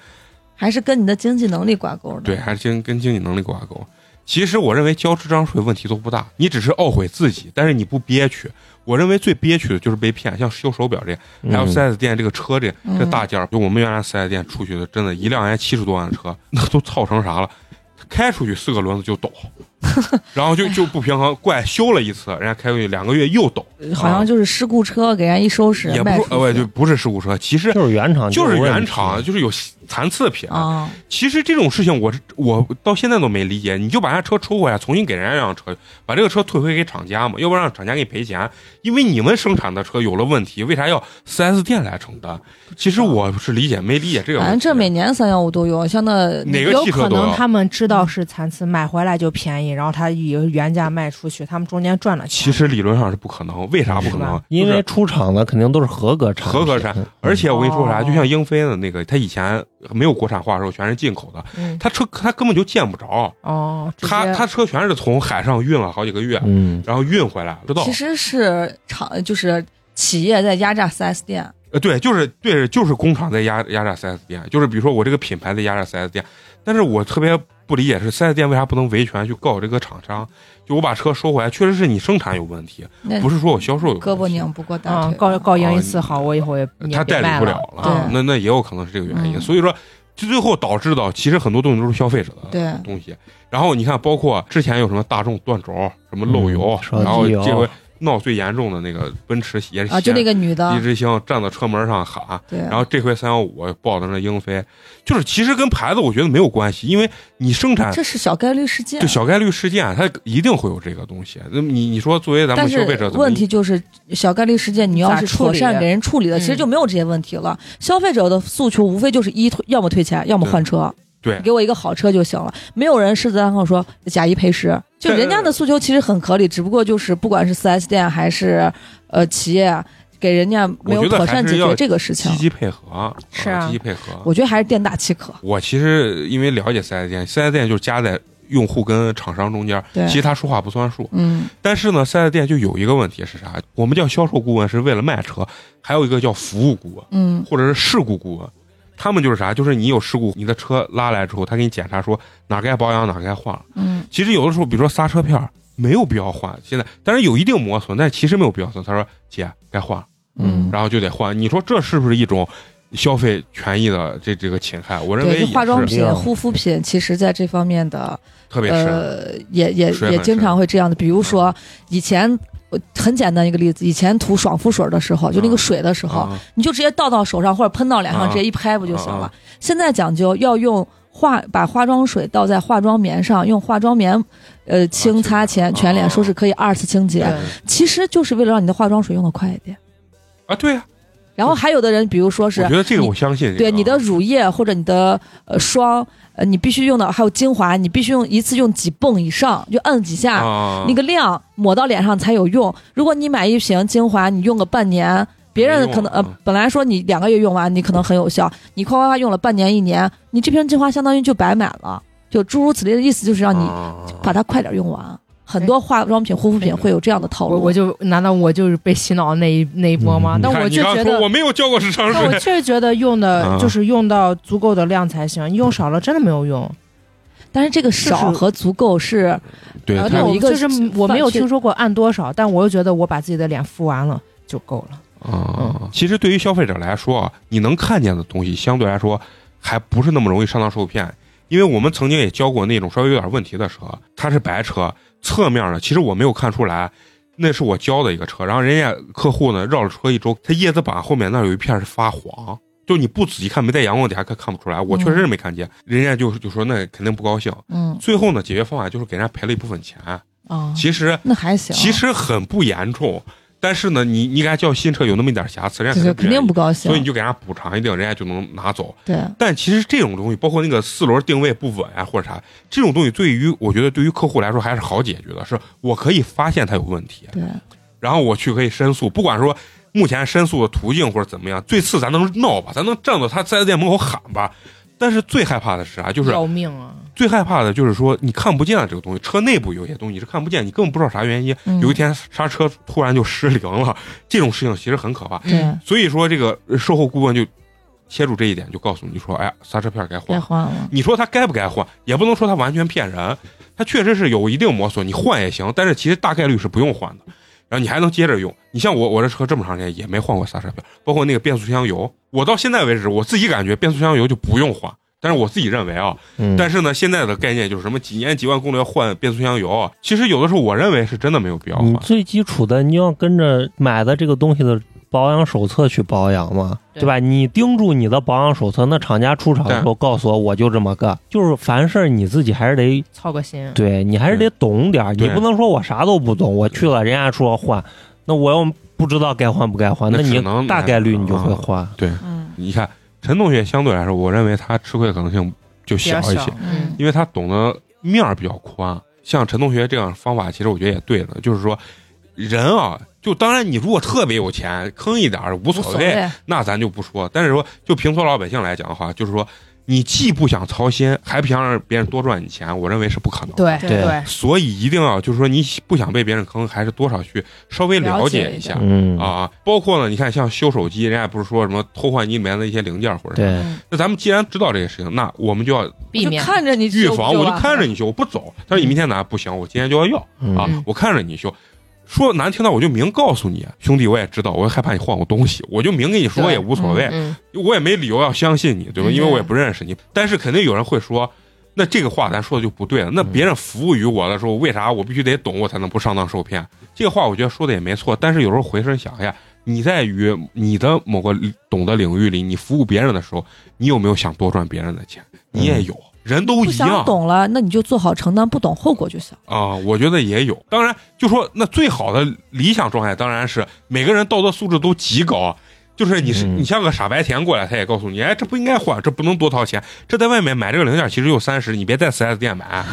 还是跟你的经济能力挂钩的。
对，还是经跟经济能力挂钩。其实我认为交智商税问题都不大，你只是懊悔自己，但是你不憋屈。我认为最憋屈的就是被骗，像修手表这样，还有
嗯
4S 店这个车这
嗯
这大件儿，就我们原来 4S 店出去的，真的，一辆人家七十多万的车，那都操成啥了？开出去四个轮子就 抖，然后就就不平衡，怪修了一次，人家开出去两个月又抖，
好像就是事故车给人家一收拾
啊也不
卖
是
出去
呃，就不是事故车，其实
就是原厂
就是
无人
原
提
厂就是有残次品，
啊，
其实这种事情我是，我到现在都没理解。你就把人家车抽回来，重新给人家辆车，把这个车退回给厂家嘛，要不然让厂家给你赔钱。因为你们生产的车有了问题，为啥要 4S 店来承担？其实我是理解没理解这个问题。啊
反正这每年三幺五都有，像那
哪个
有
汽车
可
都
能
有。
他们知道
嗯
是残次，买回来就便宜，然后他以原价卖出去，他们中间赚了钱。
其实理论上是不可能，为啥不可
是
能
吧？
因
就
为
是
出厂的肯定都是合格产品，
合格产
嗯
而且我跟你说啥，
哦
就像英菲的那个，它以前没有国产化的时候，全是进口的，
嗯
它车它根本就见不着，
哦，直接
它它车全是从海上运了好几个月，
嗯，
然后运回来，知道
其？实是厂就是企业在压榨 4S 店，
呃，对，就是对，就是工厂在压压榨 4S 店，就是比如说我这个品牌在压榨 4S 店，但是我特别不理解是 4S 店为啥不能维权去告这个厂商？就我把车收回来，确实是你生产有问题，
那
不是说我销售有问题
胳膊拧不过大
嗯
腿。
告告赢
哦
一次好，我以后也
他
也
代
别
理
卖
不了
了。嗯
了，
对
那那也有可能是这个原因。
嗯
所以说，就最后导致到其实很多东西啊都是消费者的
对
东西。然后你看，包括之前有什么大众断轴、什么漏油
嗯，烧机
然后
油
这回闹最严重的那个奔驰也是
啊，就那个女的
一，枝星站在车门上喊，
对，
然后这回三幺五报的那英菲，就是其实跟牌子我觉得没有关系，因为你生产
这是小概率事件
就。小概率事件，它一定会有这个东西。那么你你说作为咱
但
们
是
消费者，怎么
问题就是小概率事件，你要是妥善给人处理了，
咋处理
其实就没有这些问题了。消费者的诉求无非就是一退，要么退钱，要么换车，
对
你给我一个好车就行了。没有人狮子大开口说假一赔十，就
对
人家的诉求其实很合理，只不过就是不管是 4S 店还是呃企业，给人家没有
我觉得
妥善解
还是要
决这个事情
积，极配合
是啊
积极配合。
我觉得还是店大欺客。
我其实因为了解四 S 店，四 S 店就是夹在用户跟厂商中间，
对
其实他说话不算数。
嗯，
但是呢，四 S 店就有一个问题是啥？我们叫销售顾问是为了卖车，还有一个叫服务顾问。
嗯，
或者是事故顾问，他们就是啥，就是你有事故，你的车拉来之后，他给你检查说哪该保养，哪该换了。
嗯，
其实有的时候，比如说刹车片儿没有必要换，现在但是有一定磨损，但是其实没有必要损。他说姐该换了，
嗯
然后就得换。你说这是不是一种消费权益的这这个侵害？我认为
对，
也
就化妆
是
品、护肤品，其实在这方面的
特别深。
呃，也也
水
也
很
经
深
常会这样的。比如
嗯
说，以前呃很简单一个例子，以前涂爽肤水的时候，就那个
嗯
水的时候，
啊
你就直接倒到手上或者喷到脸上，
啊
直接一拍不就行
啊
了？
啊
现在讲究要用化把化妆水倒在化妆棉上，用化妆棉呃轻
清
擦前全
啊
脸，说是可以二次清洁，
对
其实就是为了让你的化妆水用的快一点。
啊，对呀、
然后还有的人，比如说
我
是
觉得这个
你
我相信这个啊。
对你的乳液或者你的呃霜，呃你必须用的，还有精华，你必须用一次用几泵以上，就摁几下，
啊，
那个量抹到脸上才有用。如果你买一瓶精华，你用个半年，别
没
人
用
可能呃
嗯
本来说你两个月用完，你可能很有效，你夸夸夸用了半年一年，你这瓶精华相当于就白买了。就诸如此类的意思，就是让你
啊
把它快点用完。很多化妆品、护肤品会有这样的套
我
路。
我就难道我就是被洗脑那一那一波吗？
嗯
但
你看
我
你
就
刚
觉
说
得
我没有交过智商
但我
税。
确实觉得用
啊
的就是用到足够的量才行，你用少了真的没有用。
但是这个少
就是
和足够是
对，
呃
他
那有
我
一个
就是我没有听说过按多少，但我又觉得我把自己的脸敷完了就够了。
啊，其实对于消费者来说啊，你能看见的东西相对来说还不是那么容易上当受骗，因为我们曾经也交过那种稍微有点问题的车，它是白车，侧面的其实我没有看出来。那是我交的一个车，然后人家客户呢绕了车一周，他叶子板后面那有一片是发黄，就你不仔细看，没在阳光底下看看不出来，我确实是没看见，人家就就说那肯定不高兴。
嗯
最后呢，解决方案就是给人家赔了一部分钱，
啊，
其实
那还行。
其实很不严重，但是呢，你你给他叫新车有那么一点瑕疵，人家
这就肯定
不
不高
愿意，
兴
所以。你就给人家补偿一定，人家就能拿走。
对，
但其实这种东西，包括那个四轮定位不稳啊，或者啥，这种东西对于我觉得对于客户来说还是好解决的，是我可以发现它有问题，
对，
然后我去可以申诉，不管说目前申诉的途径或者怎么样，最次咱能闹吧，咱能站到他四 S 店门口喊吧。但是最害怕的是啥、就是
要命啊！
最害怕的就是说你看不见这个东西，车内部有些东西是看不见，你根本不知道啥原因。
嗯
有一天刹车突然就失灵了， 这种事情其实很可怕。
嗯
对，
所以说，这个呃售后顾问就切住这一点，就告诉你说，哎呀，刹车片该
该
换。
换了。
你说他该不该换，也不能说他完全骗人，他确实是有一定磨损，你换也行，但是其实大概率是不用换的，然后你还能接着用。你像我，我这车这么长时间也没换过刹车片，包括那个变速箱油，我到现在为止，我自己感觉变速箱油就不用换，但是我自己认为啊，
嗯，
但是呢，现在的概念就是什么几年几万公里要换变速箱油啊，其实有的时候我认为是真的没有必要换
你。最基础的，你要跟着买的这个东西的保养手册去保养嘛，
对
对吧？你盯住你的保养手册，那厂家出厂的
对
时候告诉我，我就这么干，就是凡事你自己还是得
操个心，
对你还是得懂点儿，你
对
不能说我啥都不懂，我去了人家说换，那我又不知道该换不该换，
那
那你
只能
大概率你就会
啊
换。
嗯，
你看陈同学相对来说，我认为他吃亏可能性就
比
小
较
一些，
嗯
因为他懂得面儿比较宽。像陈同学这样方法，其实我觉得也对的，就是说人啊，就当然你如果特别有钱，坑一点儿无
无
所
所
谓，，那咱就不说。但是说就平头老百姓来讲的话，就是说你既不想操心，还不想让别人多赚你钱，我认为是不可能的。
对
对
对，
所以一定要就是说，你不想被别人坑，还是多少去稍微了解一下
嗯
啊。包括呢，你看像修手机，人家也不是说什么偷换你里面的一些零件或者啥
对，
那咱们既然知道这个事情，那我们就要
我
避
就
免
看着你
预
修
防，
不
我
修
就
啊
看着你修，我不走。他说你明天拿不行，我今天就要要
嗯
啊，我看着你修。说难听的，我就明告诉你，兄弟，我也知道，我也害怕你换我东西，我就明跟你说
对
也无所谓。
嗯，
我也没理由要相信你，对吧？
嗯
因为我也不认识你。但是肯定有人会说，那这个话咱说的就不对了。那别人服务于我的时候，为啥我必须得懂，我才能不上当受骗？这个话我觉得说的也没错。但是有时候回身想一下，你在于你的某个懂的领域里，你服务别人的时候，你有没有想多赚别人的钱？你也有，人都
嗯不
一样
想懂了，那你就做好承担不懂后果就行。
啊、我觉得也有。当然，就说那最好的理想状态，当然是每个人道德素质都极高。啊就是你是、
嗯
你像个傻白甜过来，他也告诉你，哎，这不应该换，这不能多掏钱，这在外面买这个零件其实就三十，你别在四 S 店买啊。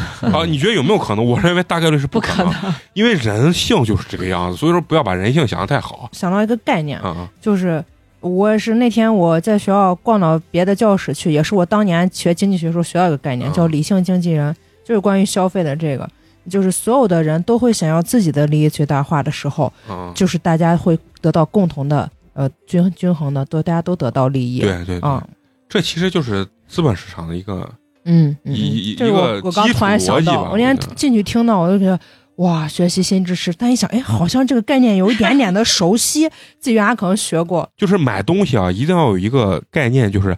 你觉得有没有可能？我认为大概率是不可能，因为人性就是这个样子，所以说不要把人性想的太好
想到一个概念，
啊啊。
就是我也是那天我在学校逛到别的教室去，也是我当年学经济学时候学到一个概念，
嗯
叫理性经纪人，就是关于消费的这个，就是所有的人都会想要自己的利益最大化的时候，
啊
就是大家会得到共同的呃均均衡的，都大家都得到利益，
对对对，
啊，
这其实就是资本市场的一个
嗯嗯，嗯
一一
这是
一
我
个
我刚
基础
突然想
逻辑
到，
吧。
我那天
觉得
进去听到，我就觉得哇，学习新知识。但一想，
嗯
哎，好像这个概念有一点点的熟悉，自己原来可能学过。
就是买东西啊，一定要有一个概念，就是，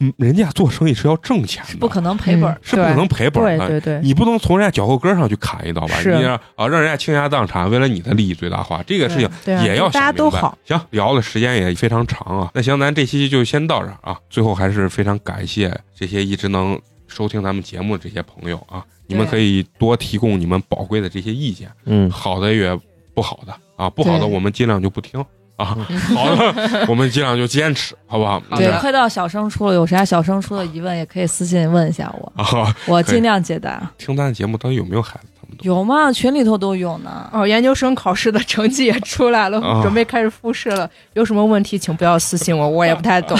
嗯，人家做生意是要挣钱的，
不可能赔本儿，
嗯是不可能赔本
对
的。
对对，
你不能从人家脚后跟上去砍一刀吧？
是
你让啊，让人家倾家荡产，为了你的利益最大化，这个事情
对啊
也要想明白
大家都好。
行，聊的时间也非常长啊，那行，咱这期就先到这儿啊。最后还是非常感谢这些一直能收听咱们节目的这些朋友啊，你们
对
可以多提供你们宝贵的这些意见，
嗯，
好的也不好的啊，不好的
对
我们尽量就不听啊，
嗯
好的我们尽量就坚持，好不 好？
好
对
啊
的，
快到小升初了，有啥小升初的疑问也可以私信问一下我，
啊，
我尽量解答。
听咱的节目到底有没有孩子？他们都
有吗？群里头都有呢。
哦，研究生考试的成绩也出来了，
啊
准备开始复试了。有什么问题，请不要私信我，我也不 太懂。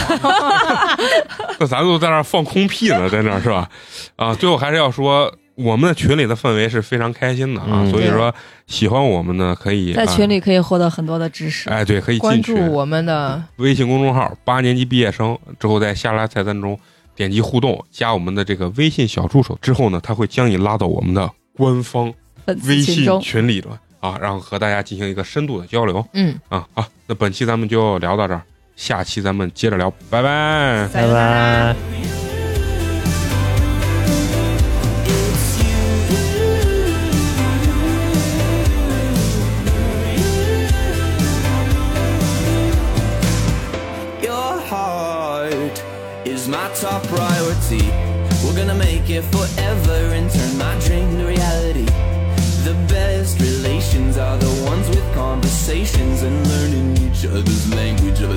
那咱都在那儿放空屁呢，在那儿是吧？啊，最后还是要说，我们的群里的氛围是非常开心的啊，
嗯
所以说喜欢我们呢，可以
在群、
啊
里可以获得很多的知识。
哎，对，可以
关
进
注
群，
我们的
微信公众号“八年级毕业生”，之后在下拉菜单中点击互动，加我们的这个微信小助手之后呢，他会将你拉到我们的官方
粉丝
微
嗯群
信
中，
群里了啊，然后和大家进行一个深度的交流。
嗯
啊，好，那本期咱们就聊到这儿，下期咱们接着聊，拜拜。
拜拜。
Your heart is my top priority. We're gonna make it forever and turn my dream to reality. The best relations are the ones with conversations and each other's language of